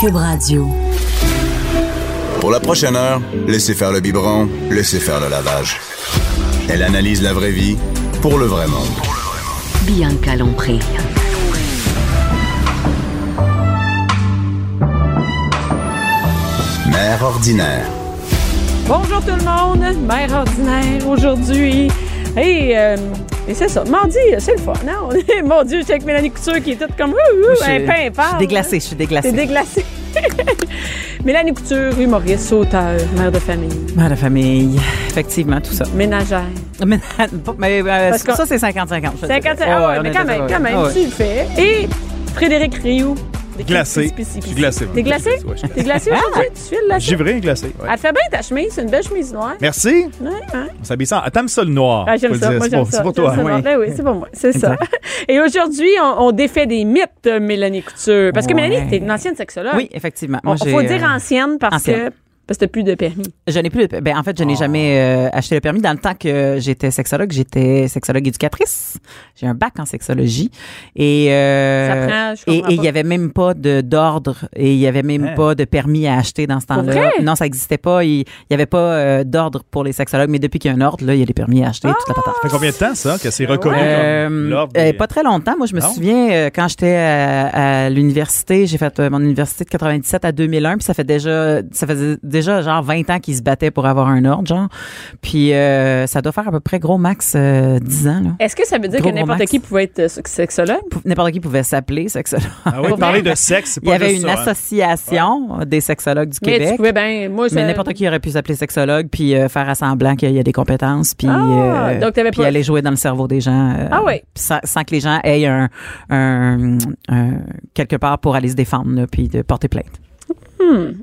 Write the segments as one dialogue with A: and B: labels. A: Cube Radio.
B: Pour la prochaine heure, laissez faire le biberon, laissez faire le lavage. Elle analyse la vraie vie pour le vrai monde.
A: Bianca Lompré.
B: Mère ordinaire.
C: Bonjour tout le monde, mère ordinaire aujourd'hui. Et, euh, et c'est ça, mardi, c'est le fun. Non, on est, mon Dieu, c'est avec Mélanie Couture qui est toute comme ouh, ouh,
D: Je-
C: un pain,
D: Je suis déglacée, je suis déglacée.
C: C'est déglacé. Mélanie Couture, humoriste, auteur, mère de famille,
D: Ah, la famille, effectivement, tout ça.
C: ménagère.
D: Mais, mais, euh,
C: Parce qu'on-
D: ça, c'est 50-50. je te dirais.
C: 50
D: Ouais,
C: ah
D: ouais,
C: ouais,
D: on
C: mais
D: est
C: quand
D: d'accord,
C: même,
D: ouais.
C: quand même,
D: Ah ouais.
C: tu le fais. Et Frédéric Rioux. des
E: Glacé.
C: Crispy Sipi.
E: Je suis glacé. Ah!
C: T'es glacé?
E: Ouais, je suis glacé.
C: T'es glacé aujourd'hui? Tu files là?
E: Givré, glacé. ouais.
C: Elle te fait bien ta chemise, c'est une belle chemise noire.
E: Merci.
C: Ouais, ouais.
E: On s'habille ça. Attends, ça le noir.
C: Ah, j'aime
E: Faut le
C: ça.
E: dire,
C: Moi,
E: c'est
C: j'aime
E: pour-
C: ça.
E: C'est pour
C: J'aime
E: toi.
C: ça.
D: oui.
C: Ben oui, c'est pour moi. C'est ça. Et aujourd'hui, on, on défait des mythes, euh, Mélanie Couture. Parce que
D: Ouais.
C: Mélanie, t'es une ancienne sexologue.
D: Oui, effectivement.
C: Il
D: Moi, j'ai,
C: faut dire
D: euh,
C: ancienne parce
D: ancienne.
C: que parce que t'as plus de permis.
D: Je n'ai plus. de- Ben, en fait,
C: Oh.
D: je n'ai jamais euh, acheté le permis. Dans le temps que j'étais sexologue, j'étais sexologue éducatrice. J'ai un bac en sexologie. Et, euh,
C: Ça prend- je
D: et-
C: comprends
D: et il
C: pas.
D: n'y avait même pas de, d'ordre et il n'y avait même
E: Hein?
D: pas de permis à acheter dans ce temps-là.
C: vrai?
D: Non, ça n'existait pas. Il n'y avait pas euh, d'ordre pour les sexologues. Mais depuis qu'il y a un ordre, là, il y a des permis à acheter.
C: Ah!
D: Toute la patate.
E: Ça fait combien de temps, ça, que c'est reconnu comme
D: Euh,
E: l'ordre?
D: euh,
E: des-
D: pas très longtemps. Moi, je me
E: Non?
D: souviens euh, quand j'étais à, à l'université, j'ai fait euh, mon université de 97 à 2001, puis ça fait déjà, ça faisait déjà genre 20 ans qu'ils se battaient pour avoir un ordre, genre. Puis euh, ça doit faire à peu près gros max euh, 10 ans. là.
C: Est-ce que ça veut dire
D: Gros,
C: que
D: gros
C: n'importe
D: max.
C: qui pouvait être euh, sexologue?
D: Pou- N'importe qui pouvait s'appeler sexologue.
E: Ah oui,
C: Pour
E: parler
C: vrai?
E: de sexe, c'est
D: Il y
E: pas
D: avait
E: juste
D: une
E: ça, hein.
D: association euh, des sexologues du
C: Mais tu
D: Québec.
C: pouvais ben moi
D: Mais
C: ça-
D: n'importe qui aurait pu s'appeler sexologue puis euh, faire à semblant qu'il y a des compétences puis,
C: Ah,
D: euh,
C: donc t'avais
D: puis
C: pas-
D: aller jouer dans le cerveau des gens euh,
C: Ah oui.
D: puis sans, sans que les gens aient un, un- un- quelque part pour aller se défendre là, puis de porter plainte.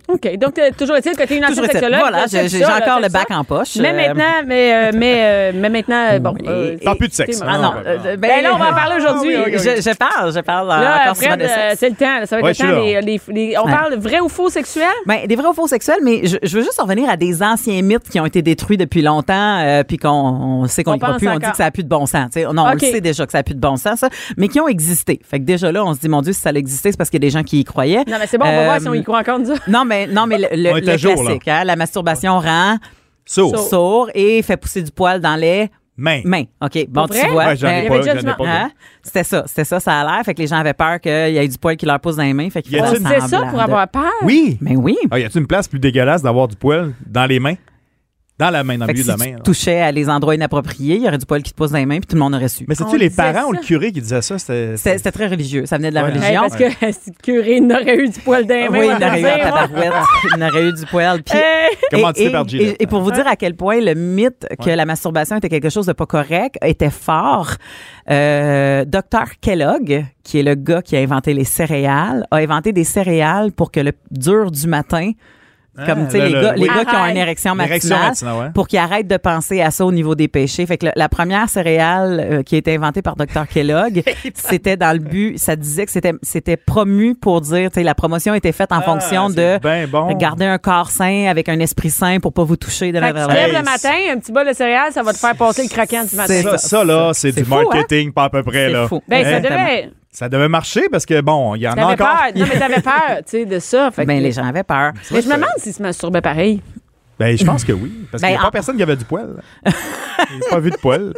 C: OK. Donc t'as toujours été que t'es une ancienne
D: Toujours est-il.
C: Ah, sexologue.
D: Voilà,
C: t'as fait
D: j'ai j'ai
C: ça, là,
D: encore
C: t'as
D: le
C: fait
D: bac
C: ça.
D: en poche.
C: Mais
D: Euh,
C: maintenant, mais, euh, mais, euh, mais maintenant, bon. euh,
E: Parle plus de sexe.
C: t'es-
D: Ah non,
E: Ah,
D: euh,
C: Ben là, on va en parler aujourd'hui.
D: Je, je parle, je parle
C: Là,
D: encore sur mon
C: Fred, euh,
D: essai.
C: c'est le temps. là, Ça va être
E: Ouais,
C: le
E: je suis
C: temps.
E: là.
C: des- les- les- on
D: Ouais.
C: parle vrai ou faux sexuel?
D: Ben, des vrais ou faux sexuels, mais je, je veux juste en revenir à des anciens mythes qui ont été détruits depuis longtemps, euh, puis qu'on on sait qu'on
C: On
D: n'y croit
C: pense
D: plus, on
C: encore.
D: dit que ça n'a plus de bon sens. tu sais. Non, on
C: OK.
D: le sait déjà que ça n'a plus de bon sens, ça, mais qui ont existé. Fait que déjà là, on se dit, mon Dieu, si ça allait exister, c'est parce qu'il y a des gens qui y croyaient.
C: Non, mais c'est bon, on va
D: Euh,
C: voir si on y croit encore. nous autres.
D: Non, mais, non, mais le, le-
E: On est à
D: le
E: jour, là.
D: classique, hein, la masturbation rend
E: Sourd.
C: Sourd.
D: sourd et fait pousser du poil dans les
E: Main.
D: mains. OK, bon,
C: vrai?
D: tu vois.
E: Ouais, j'en
D: ben,
E: ai
C: avait
E: pas,
C: déjà
E: j'en ai
C: du
E: pas.
C: monde.
E: vu.
D: hein, c'était ça, c'était ça, ça a l'air. Fait que les gens avaient peur qu'il y ait du poil qui leur pousse dans les mains. Fait qu'ils
E: Y
C: On
E: a-t-il
D: font
E: une-
C: disait ça
D: semblant
C: pour
D: de-
C: avoir peur.
E: Oui.
D: Ben oui.
E: Ah, y a-t-il une place plus dégueulasse d'avoir du poil dans les mains? Dans la main, dans
D: Fait
E: le
D: que
E: milieu
D: si
E: de la
D: tu
E: main. hein. là.
D: touchais à les endroits inappropriés, il y aurait du poil qui te pousse dans les mains, puis tout le monde aurait su.
E: Mais
C: On
E: c'est-tu les
C: disait
E: parents ou
C: ça.
E: le curé qui disait ça? C'était.
D: C'était c'était très religieux. Ça venait de la
E: Ouais.
C: Hey,
D: religion.
C: parce que si le curé n'aurait eu du poil d'un
D: oui, il aurait eu la tabarouette, il aurait eu du poil.
C: oh,
D: Puis,
E: Comment tu
D: et,
E: fais par Gillette?
D: et, et pour vous dire à quel point le mythe que la masturbation était quelque chose de pas correct était fort, euh, Dr. Kellogg, qui est le gars qui a inventé les céréales, a inventé des céréales pour que le dur du matin, comme tu sais,
E: Ah, le-
D: les,
E: le-
D: gars, les
E: oui.
D: gars qui ont
C: Arrête.
D: une érection matinale,
E: L'érection matinale,
C: Hein?
E: ouais.
D: pour qu'ils arrêtent de penser à ça au niveau des péchés. Fait que le- la première céréale euh, qui a été inventée par Dr. Kellogg, c'était dans le but, ça disait que c'était c'était promu pour dire, tu sais, la promotion était faite en
E: Ah,
D: fonction de
E: c'est ben bon.
D: garder un corps sain avec un esprit sain pour pas vous toucher de
C: Fait
D: la
C: que tu te lèves le
E: Hey,
C: matin, un petit bol de céréales, ça va te faire passer le craquant du matin.
D: c'est
E: Ça,
D: Ah, ben, ça,
E: ça, là,
D: ça.
E: c'est du
D: C'est fou, hein?
E: marketing, pas à peu près,
D: C'est
E: là.
D: fou.
C: Ben, ça
E: Hein?
C: devait.
E: Ça devait marcher parce que, bon, il y en a
C: T'avais
E: encore.
C: peur. Non, mais t'avais peur, tu sais, de ça. Fait que-
D: Ben, les gens avaient peur.
C: Mais je me demande s'ils se masturbaient pareil.
E: Ben, je pense que oui. Parce
D: Ben,
E: qu'il n'y a pas
D: en-
E: personne qui avait du poil. J'ai pas vu de poil.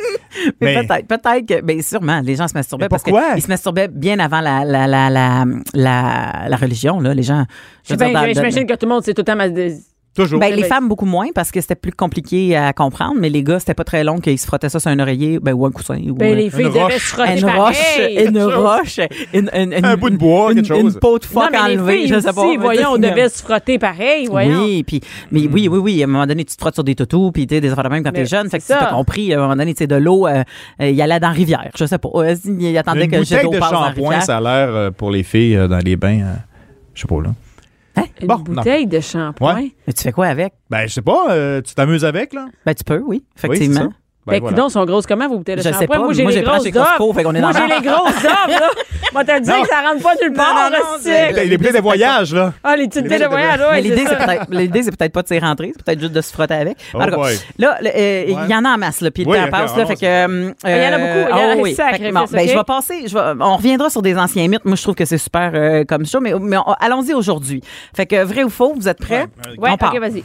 D: Mais
E: Mais,
D: peut-être, peut-être que, ben, sûrement, les gens se masturbaient
E: Mais
D: parce que
E: pourquoi?
D: ils se masturbaient bien avant la, la, la, la, la, la religion, là, les gens. je veux
C: Ben,
D: dire, dans-
C: J'imagine que tout le monde, c'est tout le temps. mas- de-
E: toujours.
D: Ben, les
C: Ben,
D: femmes beaucoup moins parce que c'était plus compliqué à comprendre, mais les gars, c'était pas très long qu'ils se frottaient ça sur un oreiller ben, ou un coussin. Ou
C: Ben,
D: un-
C: les filles devaient
E: roche.
C: se frotter
D: une roche,
C: pareil.
D: une roche, une, une- une-
E: Un bout de bois,
D: une-
E: quelque chose.
D: Une peau de
C: Non,
D: phoque
C: mais les
D: enlevée,
C: filles
D: je sais pas.
C: aussi, voyons, on
D: Mais-
C: devait se frotter pareil, voyons.
D: Oui, puis mais oui, oui, oui. À un moment donné, tu te frottes sur des toutous, puis tu sais, des affaires de même quand
C: Mais
D: t'es jeune. Fait que
C: c'est
D: tu
C: ça.
D: t'as compris. À un moment donné, tu sais, de l'eau, euh, euh, il allait dans la rivière. Je sais pas. Euh, il attendait
E: Une
D: que j'ai
E: bouteille
D: d'eau
E: de
D: passe dans la
E: shampoing,
D: rivière.
E: ça a l'air euh, pour les filles euh, dans les bains. euh, Je sais pas, là.
C: Une
E: Bon, non.
C: bouteille de shampoing.
E: Ouais.
D: Mais tu fais quoi avec?
E: Ben, je sais pas, euh, tu t'amuses avec, là?
D: Ben, tu peux, oui,
E: Oui, c'est ça.
D: effectivement.
E: Ben,
C: Fait que
E: voilà.
C: donc, sont grosses comment, vos bouteilles de
D: Je sais
C: shampoing?
D: pas,
C: Moi,
D: mais
C: j'ai
D: moi,
C: les
D: j'ai pris
C: grosses
D: chez Costco,
C: offres.
D: fait qu'on est dans
C: Moi,
D: la
C: j'ai
D: merde.
C: les grosses offres, là. Moi, t'as dit
E: Non.
C: que ça rentre pas nulle part,
D: non, non,
C: hostie.
D: c'est-
E: Les, les billets de voyage, là.
C: Ah, les petites
E: Les
C: bouteilles de
E: bouteilles de
C: voyage, ouais,
D: Mais l'idée,
C: ça.
D: c'est peut-être, l'idée, c'est peut-être pas de s'y rentrer, c'est peut-être juste de se frotter avec.
E: Oh
D: En tout cas,
E: boy.
D: là, le- euh, il
E: Ouais.
D: y en a en masse, là, puis
E: Oui,
D: le temps
E: ok,
D: passe, là,
E: on
D: fait
E: se-
D: que... euh,
C: Il y en a beaucoup, il y en a
D: oh,
C: un
D: oui.
C: sacré
D: Fait que, bon,
C: fils,
D: ben,
C: ok?
D: je vais passer, je vais- on reviendra sur des anciens mythes. Moi, je trouve que c'est super euh, comme ça, mais, mais on- allons-y aujourd'hui. Fait que vrai ou faux, vous êtes prêts?
C: Ouais,
D: on part.
C: ok, vas-y.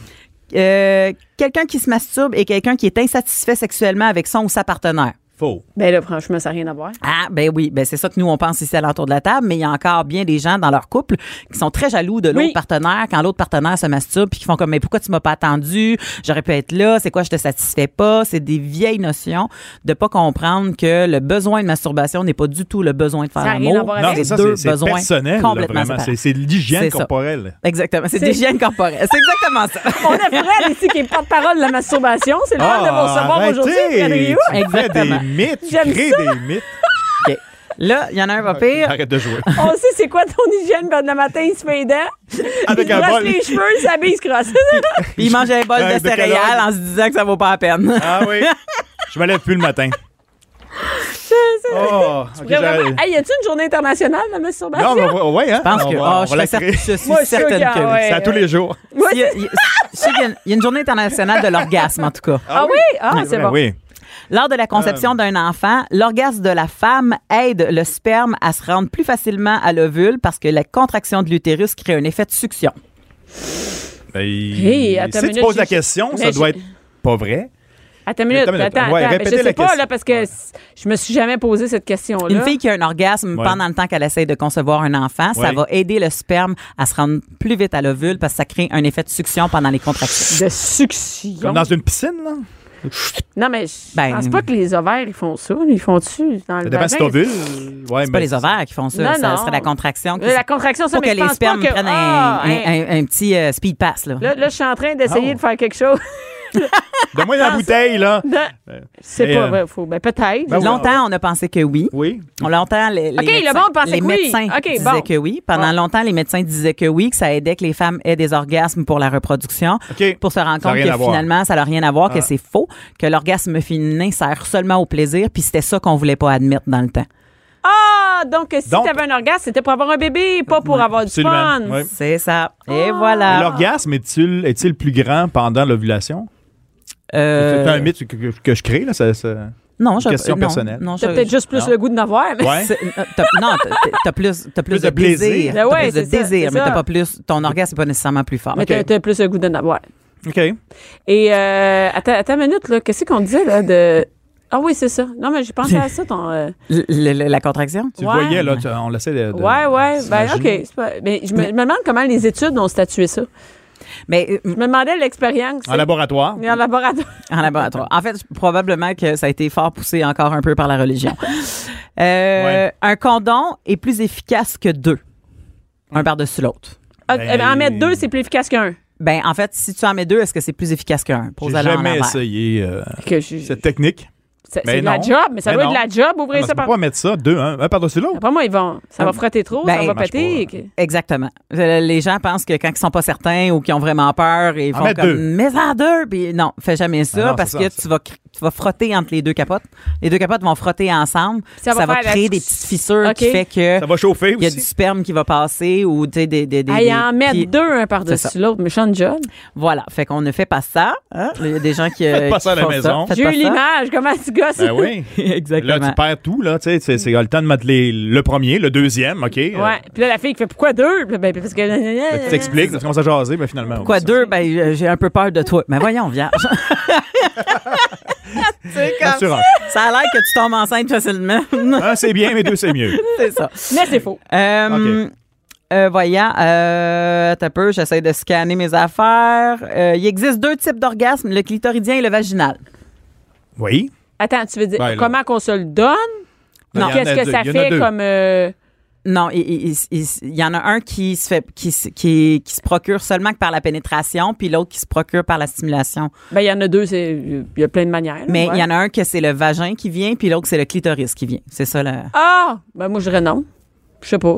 D: Euh, quelqu'un qui se masturbe et quelqu'un qui est insatisfait sexuellement avec son ou sa partenaire.
E: Faux.
C: Ben là, franchement, ça n'a rien à voir.
D: Ah, ben oui, ben c'est ça que nous, on pense ici à l'entour de la table, mais il y a encore bien des gens dans leur couple qui sont très jaloux de l'autre
C: Oui.
D: partenaire quand l'autre partenaire se masturbe puis qui font comme, mais pourquoi tu m'as pas attendu? J'aurais pu être là, c'est quoi, je te satisfais pas? C'est des vieilles notions de pas comprendre que le besoin de masturbation n'est pas du tout le besoin de faire
C: Ça a rien à
D: l'amour.
C: voir
E: Non,
C: avec-
E: c'est ça,
D: deux
E: c'est- c'est
D: besoins
E: personnel, là,
D: complètement
E: vraiment.
D: séparés.
E: C'est c'est l'hygiène
D: C'est ça.
E: corporelle.
D: Exactement, c'est de
C: C'est-
D: l'hygiène corporelle. C'est exactement ça.
C: On a Fred ici qui est porte-parole de la masturbation. C'est le
D: Ah,
C: rôle de mon savoir aujourd'hui, Fred
E: Ah, arrêtez!
C: Rioux.
E: Tu fais
D: Exactement.
E: des mythes, tu
C: J'aime
E: crées des mythes.
D: OK. Là, il y en a un pas pire.
E: Arrête de jouer.
C: On sait c'est quoi ton hygiène quand le matin, il se fait les dents.
E: Avec
C: il se
E: un
C: brosse
E: bol.
C: les cheveux, il s'habille, il se crosse.
D: Puis il mange un bol
E: Euh,
D: de
E: de
D: céréales
E: Kellogg.
D: en se disant que ça vaut pas la peine.
E: Ah oui. Je me lève plus le matin. Oh, ok, j'arrête.
C: Vraiment. Hey, y a-tu une journée internationale de la masturbation?
E: Non, mais on va- ouais, hein?
D: Je pense
E: On
D: que
E: va-
D: ah,
E: on
D: je,
E: va la
D: suis cer-
E: créer.
D: je suis
C: Moi, je suis
D: certaine
C: sûr
D: que
C: qu'il y a-
D: oui.
E: C'est à tous les jours.
D: S'il y a- il y a- je sais qu'il y a une- il y a une journée internationale de l'orgasme, en tout cas.
C: Ah oui? Ah, c'est
E: Ben
C: bon.
E: Oui.
D: Lors de la
E: Euh.
D: conception d'un enfant, l'orgasme de la femme aide le sperme à se rendre plus facilement à l'ovule parce que la contraction de l'utérus crée un effet de succion.
E: Ben,
C: Hey, attends
E: si
C: une
E: tu
C: minute,
E: poses la
C: j'ai-
E: question,
C: mais
E: ça doit
C: j'ai-
E: être pas vrai.
C: Attends une minute,
E: Attends une minute.
C: attends,
E: Ouais,
C: attends.
E: répétez
C: Je sais
E: la
C: pas,
E: question.
C: là, parce que c- je me suis jamais posé cette question-là.
D: Une fille qui a un orgasme
E: Ouais.
D: pendant le temps qu'elle essaie de concevoir un enfant, ça
E: Ouais.
D: va aider le sperme à se rendre plus vite à l'ovule parce que ça crée un effet de succion pendant les contractions.
C: De succion.
E: Comme dans une piscine, là.
C: Non, mais je
D: Ben-
C: pense pas que les ovaires, ils font ça. Ils font-tu dans
E: Ça
C: le
E: dépend
C: vagin?
E: si t'ovules. Ouais,
D: C'est
E: mais-
D: pas les ovaires qui font ça,
C: Non,
D: ça
C: non.
D: serait la contraction. Qui
C: Euh, La contraction, ça,
D: faut
C: mais
D: que
C: je
D: les
C: pense pas
D: spermes
C: que...
D: prennent
C: Ah,
D: un,
C: hein.
D: un- un- un petit euh, speed pass. Là.
C: Là, là, je suis en train d'essayer
E: Oh.
C: de faire quelque chose.
E: Donne-moi la bouteille, là.
C: Non, Ah, C'est
E: Mais,
C: pas
E: euh,
C: vrai. Faut, ben, peut-être.
E: Ben oui.
D: Longtemps, on a pensé que oui.
E: Oui.
D: On longtemps les, les
C: OK, le
D: médecins,
C: monde pensait
D: les
C: que oui.
D: médecins
C: OK,
D: disaient
C: bon.
D: que oui. Pendant
C: Ouais.
D: longtemps, les médecins disaient que oui, que ça aidait que les femmes aient des orgasmes pour la reproduction.
E: OK.
D: Pour se rendre
E: Ça a
D: compte
E: rien à
D: que
E: voir.
D: finalement, ça n'a rien à voir,
E: Ah.
D: que c'est faux, que l'orgasme féminin sert seulement au plaisir, puis c'était ça qu'on voulait pas admettre dans le temps.
C: Ah, donc si
E: Donc-
C: t'avais un orgasme, c'était pour avoir un bébé, pas pour avoir du
E: absolument.
C: fun.
E: Ouais.
D: C'est ça.
C: Ah.
D: Et
E: Mais
D: voilà.
E: L'orgasme est-il est-il plus grand pendant l'ovulation?
D: Euh,
E: C'est un mythe que, que- que je crée, là. Ça, ça-
D: Non, je,
E: question
D: non,
E: personnelle.
D: Non, je-
C: T'as peut-être juste plus
E: Non.
C: le goût de n'avoir, mais
E: Ouais.
D: C'est- euh, t'as- non, t'as- t'as plus, t'as plus
E: Plus
D: de
E: de plaisir.
D: plaisir,
C: Ben
D: t'as
C: ouais,
D: plus de
C: c'est ça,
D: désir,
C: c'est
D: mais
C: ça.
D: t'as pas plus. Ton orgasme n'est pas nécessairement plus fort.
C: mais t'as- t'as plus le goût de n'avoir.
E: OK.
C: Et euh, attends, attends une minute, là. Qu'est-ce qu'on disait, là, de. Ah oui, c'est ça. Non, mais j'ai pensé à ça, ton. euh,
D: L- l- la contraction.
E: Tu
C: Ouais.
E: le voyais, là. tu- on l'essaie de. de-
C: Ouais, ouais. Ben, OK.
E: s'imaginer.
C: c'est pas- Mais je me, je me demande comment les études ont statué ça.
D: Mais euh,
C: Je me demandais l'expérience.
E: En laboratoire.
C: Mais en laboratoire.
D: En laboratoire. En fait, probablement que ça a été fort poussé encore un peu par la religion. Euh,
E: Ouais.
D: Un condom est plus efficace que deux, un par-dessus l'autre.
C: Ah,
E: Ben-
C: euh, En mettre deux, c'est plus efficace qu'un.
D: Ben, en fait, si tu en mets deux, est-ce que c'est plus efficace qu'un?
E: J'ai
D: Pose-la en
E: jamais
D: envers.
E: essayé euh,
C: Que je-
E: cette technique.
C: C'est
E: Ben
C: c'est de la
E: non.
C: job, mais ça
E: Ben
C: doit
E: non.
C: être de la job, ouvrir
E: On
C: ça
E: peut
C: par.
E: pas Euh, mettre ça, deux, hein. un, un par-dessus l'autre.
C: Après moi, ils vont. Ça va frotter trop,
D: Ben,
C: ça va
E: marche
C: péter.
E: pas,
C: que-
D: Exactement. Euh, Les gens pensent que quand ils sont pas certains ou qu'ils ont vraiment peur, ils
E: En
D: font
E: mettre
D: comme
E: deux.
D: mais en deux, puis non, fais jamais ça
E: Ah non,
D: parce
E: c'est
D: que
E: ça,
D: tu vas cr- tu vas frotter entre les deux capotes. Les deux capotes vont frotter ensemble,
C: Ça
D: ça,
C: va
D: va,
C: faire la-
D: créer des petites fissures
C: Ok.
D: qui fait que
E: Ça va chauffer
D: il y a du
E: aussi.
D: sperme qui va passer ou tu sais, des des des,
C: Hey,
D: des-
C: en mettre
D: puis-
C: deux un
D: C'est
C: par-dessus
D: ça.
C: l'autre, méchant job.
D: Voilà, fait qu'on ne fait pas ça. hein. Il y a des gens qui, euh,
E: Faites pas
D: qui
E: ça à la
D: font
E: maison.
D: Faites
C: J'ai
D: pas
C: eu
D: ça.
C: l'image, comment tu gosses.
E: Ben oui. Là,
D: Exactement.
E: tu perds tout, là. Tu sais, c'est c'est le temps de mettre les- le premier, le deuxième, OK? euh,
C: Ouais. Puis là, la fille qui fait pourquoi deux? Puis là, Ben, parce que.
E: Là, tu t'expliques, là, tu commences à jaser, mais finalement.
D: Quoi
E: oui,
D: deux, ben euh, j'ai un peu peur de toi. Mais voyons, viens.
E: c'est rassurant.
D: ça a l'air que tu tombes enceinte facilement.
E: Un, c'est bien, mais deux, c'est mieux.
D: c'est ça.
C: Mais c'est faux.
D: Euh,
E: OK.
D: euh, voyons, euh, t'as peu, j'essaie de scanner mes affaires. Euh, il existe deux types d'orgasmes, le clitoridien et le vaginal.
E: Oui.
C: Attends, tu veux dire
E: Ben, là.
C: comment qu'on se le donne?
E: Non, il y en
C: Qu'est-ce
E: a
C: que
E: deux,
C: ça
E: il y en a
C: fait
E: deux.
C: comme. euh,
D: Non, il, il- il- il- il y en a un qui se fait qui, se- qui, qui se procure seulement que par la pénétration, puis l'autre qui se procure par la stimulation.
C: Ben, il y en a deux, c'est- il y a plein de manières. là,
D: Mais il
C: ouais.
D: y en a un que c'est le vagin qui vient, puis l'autre c'est le clitoris qui vient. C'est ça le.
C: Ah! Ben, moi, je dirais non. Je sais pas.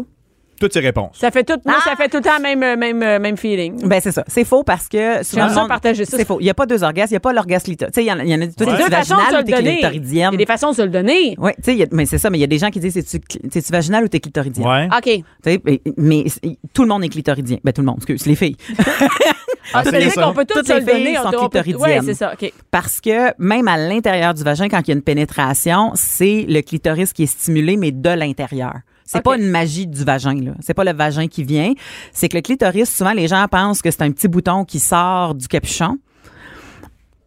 E: toutes ses réponses.
C: Ça fait tout, moi, ça fait tout le temps même, euh, même, euh, même feeling.
D: Ah! Ben, c'est ça. C'est faux parce que. souvent,
C: J'aime
D: le
C: ça
D: monde-
C: partager ça.
D: C'est faux. Il n'y a pas deux orgasmes, il n'y a pas l'orgasme lito- Tu sais, il y en a, il y en a toutes
C: Il y a
D: les
C: deux façons de se
D: vaginales
C: le
D: ou t'es
C: donner. Il y a
D: clitoridienne.
C: des façons de se le donner.
D: Oui, tu sais, il y a- mais c'est ça, mais il y a des gens qui disent c'est-tu cl- c'est-tu vaginal ou t'es clitoridienne?
E: Ouais.
C: OK.
D: Tu sais, Mais, mais c'est- tout le monde est clitoridien. Ben, tout le monde, excuse, les filles.
C: Ah,
E: c'est
C: c'est vrai
E: ça.
C: qu'on peut tout
D: Toutes
C: se
D: les
C: le
D: filles
C: donner.
D: sont
C: Oui,
D: clitoridiennes.
C: c'est ça. OK.
D: Parce que même à l'intérieur du vagin, quand il y a une pénétration, c'est le clitoris qui est stimulé, mais de l'intérieur. C'est
C: OK.
D: pas une magie du vagin, là. C'est pas le vagin qui vient. C'est que le clitoris, souvent, les gens pensent que c'est un petit bouton qui sort du capuchon.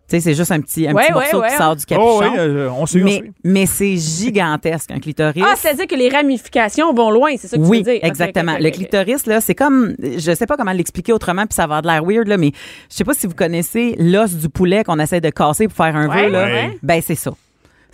D: Tu sais, c'est juste un petit, un
C: Ouais,
D: petit
C: ouais,
D: morceau
C: ouais.
D: qui sort du capuchon.
E: Oh, oui, euh, on suit, on
D: mais,
E: suit.
D: mais c'est gigantesque, un clitoris.
C: Ah, c'est-à-dire que les ramifications vont loin, c'est ça que
D: Oui,
C: tu veux dire? OK,
D: exactement.
C: OK, OK,
D: le
C: OK.
D: clitoris, là, c'est comme, je sais pas comment l'expliquer autrement, puis ça va avoir de l'air weird, là, mais je sais pas si vous connaissez l'os du poulet qu'on essaie de casser pour faire un
C: Ouais,
D: vœu, là.
C: ouais.
D: Ben, c'est ça.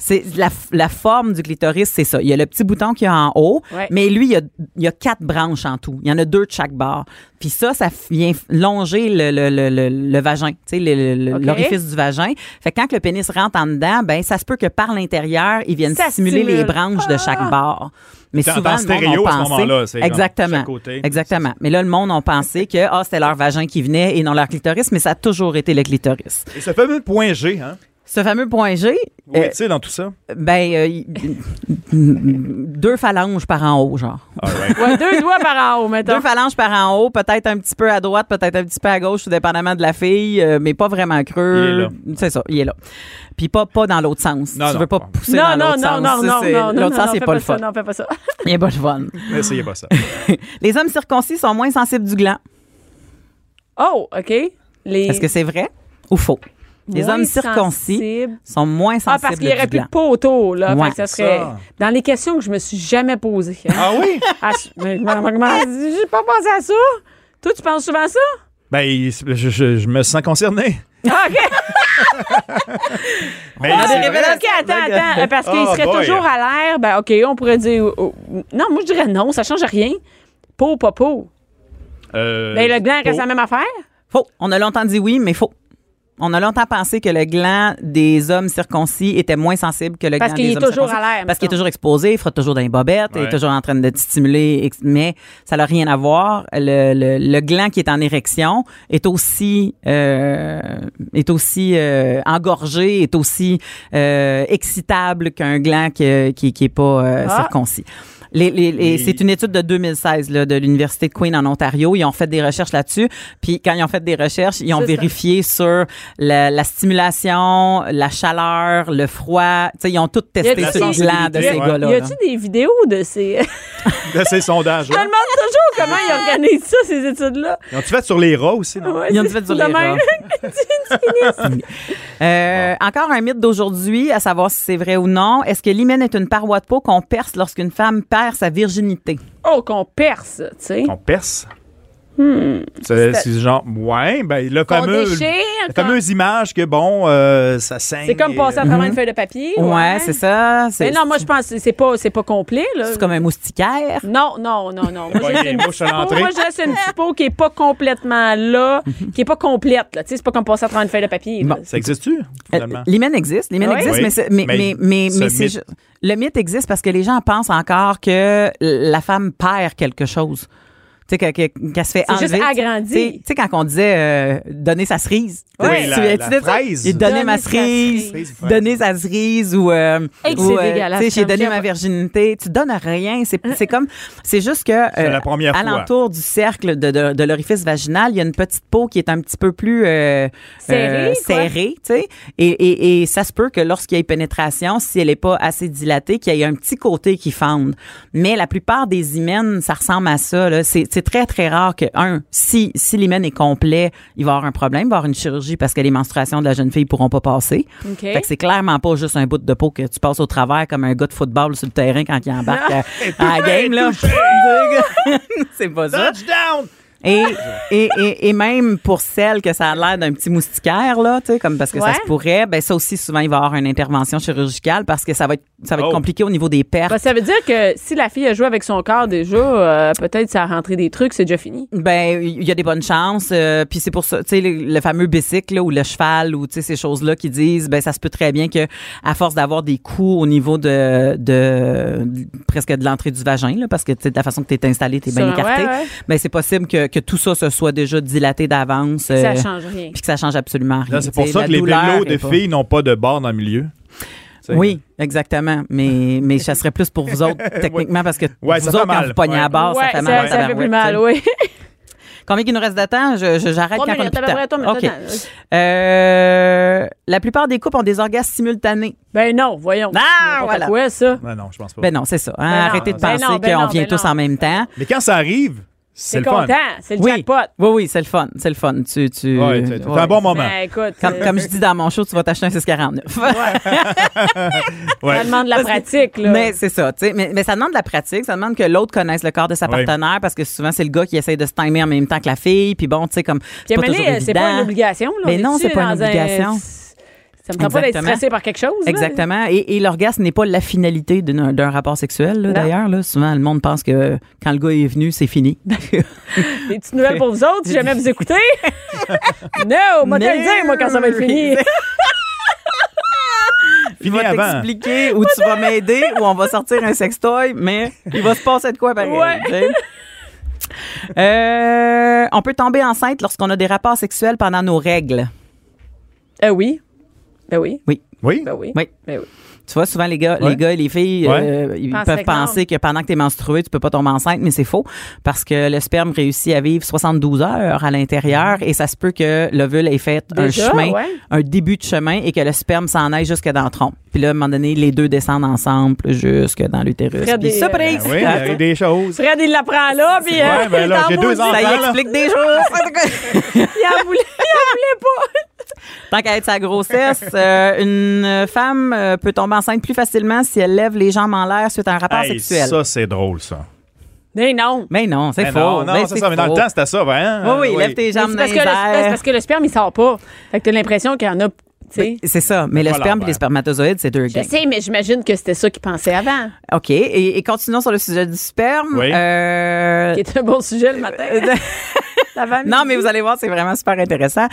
D: C'est la, la forme du clitoris, c'est ça. Il y a le petit bouton qu'il y a en haut,
C: Ouais.
D: mais lui, il y, a, il y a quatre branches en tout. Il y en a deux de chaque bord. Puis ça, ça vient longer le, le, le, le, le vagin, tu sais, le- le-
C: OK.
D: l'orifice du vagin. Fait que quand le pénis rentre en dedans, ben ça se peut que par l'intérieur, il vienne
C: Ça
D: stimuler les
C: stimule. Ah!
D: branches de chaque bord. Mais
E: Dans-
D: souvent,
E: dans
D: le monde
E: stéréo,
D: a
E: à ce
D: pensé-
E: moment-là, c'est comme
D: exactement,
E: chaque côté.
D: exactement. Mais là, le monde a pensé que ah, c'était leur vagin qui venait et non leur clitoris, mais ça a toujours été le clitoris.
E: Et ce fameux point G, hein?
D: Ce fameux point G,
E: Où est-il dans tout ça?
D: euh, ben euh, y- deux phalanges par en haut, genre.
C: Ah
E: All right.
C: Ouais, deux doigts par en haut, mettons.
D: Deux phalanges par en haut, peut-être un petit peu à droite, peut-être un petit peu à gauche, tout dépendamment de la fille, euh, mais pas vraiment
E: Il est
D: creux.
E: là.
D: C'est ça, il est là. Puis pas, pas dans l'autre sens.
E: Non,
D: tu
E: non.
D: veux pas pousser
C: Non,
D: dans
C: non,
D: l'autre
C: non,
D: sens.
C: non,
D: Ça,
C: non,
D: c'est-
C: non, non.
D: L'autre sens,
C: non,
D: c'est
C: fais
D: pas le
C: ça,
D: fun.
C: Non, fais pas ça.
D: Il est pas le fun.
E: N'essayez pas ça.
D: Les hommes circoncis sont moins sensibles du gland.
C: Oh, OK. Les...
D: Est-ce que c'est vrai ou faux? Les
C: moins
D: hommes circoncis
C: sensibles.
D: sont moins sensibles
C: Ah, parce qu'il n'y aurait
D: du
C: plus de
D: gland.
C: peau autour, là.
D: Ouais.
C: Fait que ça serait...
E: Ça.
C: Dans les questions que je me suis jamais posées. hein.
E: Ah oui?
C: Ah, je- mais comment- comment- J'ai pas pensé à ça. Toi, tu penses souvent à ça?
E: Ben, il- je, je- je me sens concerné.
C: Ah, OK.
E: Ben,
C: Ah,
E: c'est
C: OK,
E: vrai.
C: attends, attends. euh, Parce qu'il
E: Oh
C: serait
E: boy.
C: toujours à l'air. Ben, OK, on pourrait dire. oh, oh, non, moi, je dirais non, ça change rien. Peau, pas peau.
E: Euh,
C: Ben, le gland
E: peau.
C: reste la même affaire.
D: Faux. On a longtemps dit oui, mais faux. On a longtemps pensé que le gland des hommes circoncis était moins sensible que le
C: Parce
D: gland
C: qu'il
D: des
C: est
D: hommes
C: toujours
D: circoncis.
C: à l'air,
D: Parce qu'il est
C: mettons.
D: toujours exposé, il frotte toujours dans les bobettes, il
E: Ouais.
D: est toujours en train de te stimuler, ex- mais ça n'a rien à voir. Le, le- le gland qui est en érection est aussi, euh, est aussi euh, engorgé, est aussi euh, excitable qu'un gland que- qui n'est pas euh,
C: Ah.
D: circoncis. Les- les- les-
E: Et-
D: c'est une étude de 2016 là, de l'Université de Queen en Ontario. Ils ont fait des recherches là-dessus. Puis quand ils ont fait des recherches, ils ont
C: C'est ça.
D: vérifié sur la, la stimulation, la chaleur, le froid. Tu sais, ils ont tout testé
C: Y a-tu
D: sur le
C: des-
D: gland de
E: y a-
D: ces
E: ouais.
D: gars-là.
C: y
D: là.
C: a-tu des vidéos de ces.
E: Là, c'est le sondage.
C: Je me
E: ouais.
C: demande toujours comment ils organisent ça, ces études-là.
E: Ils ont-tu fait sur les rats aussi? Non?
C: Ouais,
D: Ils ont
C: c'est
D: dû faire du hein.
C: de même.
D: Euh, Encore un mythe d'aujourd'hui, à savoir si c'est vrai ou non. Est-ce que l'hymen est une paroi de peau qu'on perce lorsqu'une femme perd sa virginité?
C: Oh, qu'on perce, tu sais.
E: On perce. C'est c'est genre, ouais, ben, le
C: Hmm. Qu'on
E: fameux.
C: déchire.
E: La
C: qu'on-
E: fameuse image que, bon, euh, ça saigne.
C: C'est comme passer à travers une feuille de papier.
D: mm-hmm. Ouais, c'est ça.
C: Mais
D: C'est
C: non, moi, je pense que c'est pas, c'est pas complet, là.
D: c'est comme un moustiquaire.
C: Non, non, non, non. Moi,
E: Pas
C: je
E: des
C: une
E: mouches à
C: petite peau.
E: l'entrée.
C: Moi, je reste une petite peau qui est pas complètement là,
D: Mm-hmm.
C: qui est pas complète, là. Tu sais, c'est pas comme passer à travers une feuille de papier. là.
D: Bon.
E: Ça existe-tu, finalement?
D: Euh, L'hymen existe, l'hymen
C: Oui.
D: existe,
E: Oui.
D: mais c'est- mais,
E: Mais
D: mais, mais,
E: ce
D: mais c'est
E: mythe-
D: ju- le mythe existe parce que les gens pensent encore que la femme perd quelque chose. Tu sais, que- que- qu'elle se fait
C: C'est
D: enlever.
C: juste agrandi.
D: Tu sais- Tu sais, quand on disait euh, donner sa cerise.
C: Oui,
D: Tu te
E: la-
D: souviens-tu
E: la
D: de ça?
E: phrase.
D: Et donner,
C: Donner
D: ma
C: sa
D: cerise.
C: euh,
E: cerise.
D: Donner sa cerise ou. euh,
C: Hey, que
D: ou,
C: c'est
D: euh,
C: dégueulasse
D: Tu sais, j'ai
C: comme
D: donné
C: ça.
D: ma virginité. Tu donnes rien. C'est c'est comme. C'est juste que.
E: C'est la première fois.
D: Alentour du cercle de, de- de l'orifice vaginal, il y a une petite peau qui est un petit peu plus. euh,
C: Serrée, quoi.
D: serrée serrée, tu sais. Et, et- et ça se peut que lorsqu'il y a une pénétration, si elle n'est pas assez dilatée, qu'il y ait un petit côté qui fende. Mais la plupart des hymens, ça ressemble à ça. là. C'est c'est très, très rare que, un, si, si l'hymen est complet, il va y avoir un problème, il va y avoir une chirurgie parce que les menstruations de la jeune fille pourront pas passer.
C: OK.
D: Fait que c'est clairement pas juste un bout de peau que tu passes au travers comme un gars de football sur le terrain quand il embarque à, à la game. là. C'est pas ça.
E: Touchdown!
D: Et, et, et, et même pour celles que ça a l'air d'un petit moustiquaire, là, tu sais, comme parce que ça
C: Ouais.
D: se pourrait, ben ça aussi, souvent, il va y avoir une intervention chirurgicale parce que ça va être, ça va être
E: Oh.
D: compliqué au niveau des pertes.
C: Ben, ça veut dire que si la fille a joué avec son corps déjà, euh, peut-être ça a rentré des trucs, c'est déjà fini.
D: Ben, il y a des bonnes chances. euh, Puis c'est pour ça, tu sais, le, le fameux bicycle là, ou le cheval ou tu sais ces choses-là qui disent, ben ça se peut très bien que à force d'avoir des coups au niveau de, de, de- presque de l'entrée du vagin, là, parce que tu sais, de la façon que t'es installé, t'es bien
C: Sur-
D: écarté.
C: ouais, ouais.
D: Ben c'est possible que, que tout ça se soit déjà dilaté d'avance.
C: Ça
D: euh,
C: change rien.
D: Puis que ça change absolument rien.
E: Là, c'est pour
D: Tu sais,
E: ça
D: la
E: que les
D: douleur
E: vélos
D: est
E: de
D: pas-
E: filles n'ont pas de barre dans le milieu. Tu sais,
D: Oui, exactement. Mais, mais ça serait plus pour vous autres, techniquement, parce que
E: Ouais,
D: vous
E: ça
D: autres, quand
E: fait mal.
D: vous pognez à
E: Ouais.
D: barre, ça
C: Ouais,
D: fait mal.
C: ça fait
D: tabarouette,
C: plus mal,
D: tu sais.
C: oui.
D: Combien il nous reste de temps? Je- je- J'arrête
C: Trois
D: quand on a
C: minutes,
D: plus
C: à
D: de
C: peu près,
D: temps.
C: toi, mais
D: OK.
C: toi, t'en-
D: Euh, la plupart des couples ont des orgasmes simultanés.
C: Ben non, voyons.
D: Ah,
C: N'importe
D: voilà.
C: quoi, ça?
E: Non, non, je pense pas.
D: Ben non, c'est ça. hein.
C: Ben non,
D: Arrêtez de
C: ben
D: penser
C: non, ben
D: qu'on
C: non,
D: vient
C: ben
D: tous
C: non.
D: en même temps.
E: Mais quand ça arrive, c'est
C: C'est
E: le fun.
C: content, c'est le
D: Oui.
C: jackpot.
D: Oui, oui, c'est le fun. C'est le fun. Tu, tu,
E: Ouais, c'est c'est
D: ouais.
E: un bon moment.
C: Ben écoute,
D: Comme,
C: euh,
D: comme je dis dans mon show, tu vas t'acheter un 649.
C: ça
E: Ouais.
C: demande de la pratique, là.
D: Mais c'est ça, tu sais. Mais, mais ça demande de la pratique, ça demande que l'autre connaisse le corps de sa
E: Oui.
D: partenaire parce que souvent c'est le gars qui essaie de se timer en même temps que la fille, puis bon, tu sais comme
C: Puis,
D: c'est pas
C: à un moment
D: toujours
C: donné, c'est pas une
D: évident.
C: obligation, là.
D: Mais
C: On
D: non,
C: est-tu
D: c'est pas une
C: dans un-
D: obligation.
C: Ça me prend pas d'être
D: Exactement.
C: stressé par quelque chose. là.
D: Exactement. Et, et l'orgasme n'est pas la finalité d'un d'un rapport sexuel, là, d'ailleurs. là. Souvent, le monde pense que quand le gars est venu, c'est fini.
C: Des petites nouvelles pour vous autres, si jamais vous écoutez. non, moi, te le dire, moi, quand ça va être fini.
D: Il
E: Fini
D: va
E: avant.
D: t'expliquer ou tu vas m'aider ou on va sortir un sextoy, mais il va se passer de quoi pareil.
C: Ouais.
D: tu sais. Euh, on peut tomber enceinte lorsqu'on a des rapports sexuels pendant nos règles.
C: Ah oui. Ben oui.
E: Oui?
C: Ben oui.
D: Oui.
C: Ben oui.
D: Tu vois, souvent, les gars,
E: Ouais.
D: les gars et les filles,
E: Ouais.
D: euh, ils
C: Pensent
D: peuvent
C: que non.
D: penser que pendant que tu es menstruée, tu peux pas tomber enceinte, mais c'est faux. Parce que le sperme réussit à vivre 72 heures à l'intérieur et ça se peut que l'ovule ait fait
C: Déjà,
D: un chemin,
C: ouais.
D: un début de chemin et que le sperme s'en aille jusque dans le tronc. Puis là, à un moment donné, les deux descendent ensemble jusque dans l'utérus.
C: Fred
D: Puis
C: est- euh,
D: surprise!
E: Ben oui, il arrive des choses.
C: Fred, il l'apprend là, puis euh,
E: Ouais, ben
C: il
E: là,
C: en
E: j'ai deux
C: maudit.
E: ans.
D: ça y
E: Enfant, là.
D: explique des choses.
C: Il en voulait, il en voulait pas.
D: Tant qu'à être sa grossesse, euh, une femme euh, peut tomber enceinte plus facilement si elle lève les jambes en l'air suite à un rapport
E: Hey,
D: sexuel.
E: ça, c'est drôle, ça.
C: Mais non.
D: Mais non, c'est
E: Ben
D: faux.
E: non, non,
D: Ben,
E: c'est
D: c'est
E: ça. Mais dans le
D: faux.
E: temps, c'était ça, ben,
D: Oui,
E: hein?
D: oui, lève tes
C: Mais
D: jambes
C: c'est
D: dans
C: parce,
D: les
C: que le, c'est
D: airs.
C: parce que le sperme, il sort pas. Fait que t'as l'impression qu'il y en a. tu sais.
D: C'est ça, mais le
E: Voilà,
D: sperme et
E: ben.
D: les spermatozoïdes, c'est deux
C: Je
D: gangs.
C: sais, mais j'imagine que c'était ça qu'ils pensaient avant.
D: OK, et, et continuons sur le sujet du sperme.
E: Oui.
D: Euh,
C: Qui est un bon sujet le matin.
D: ben, non, mais vous allez voir, c'est vraiment super intéressant.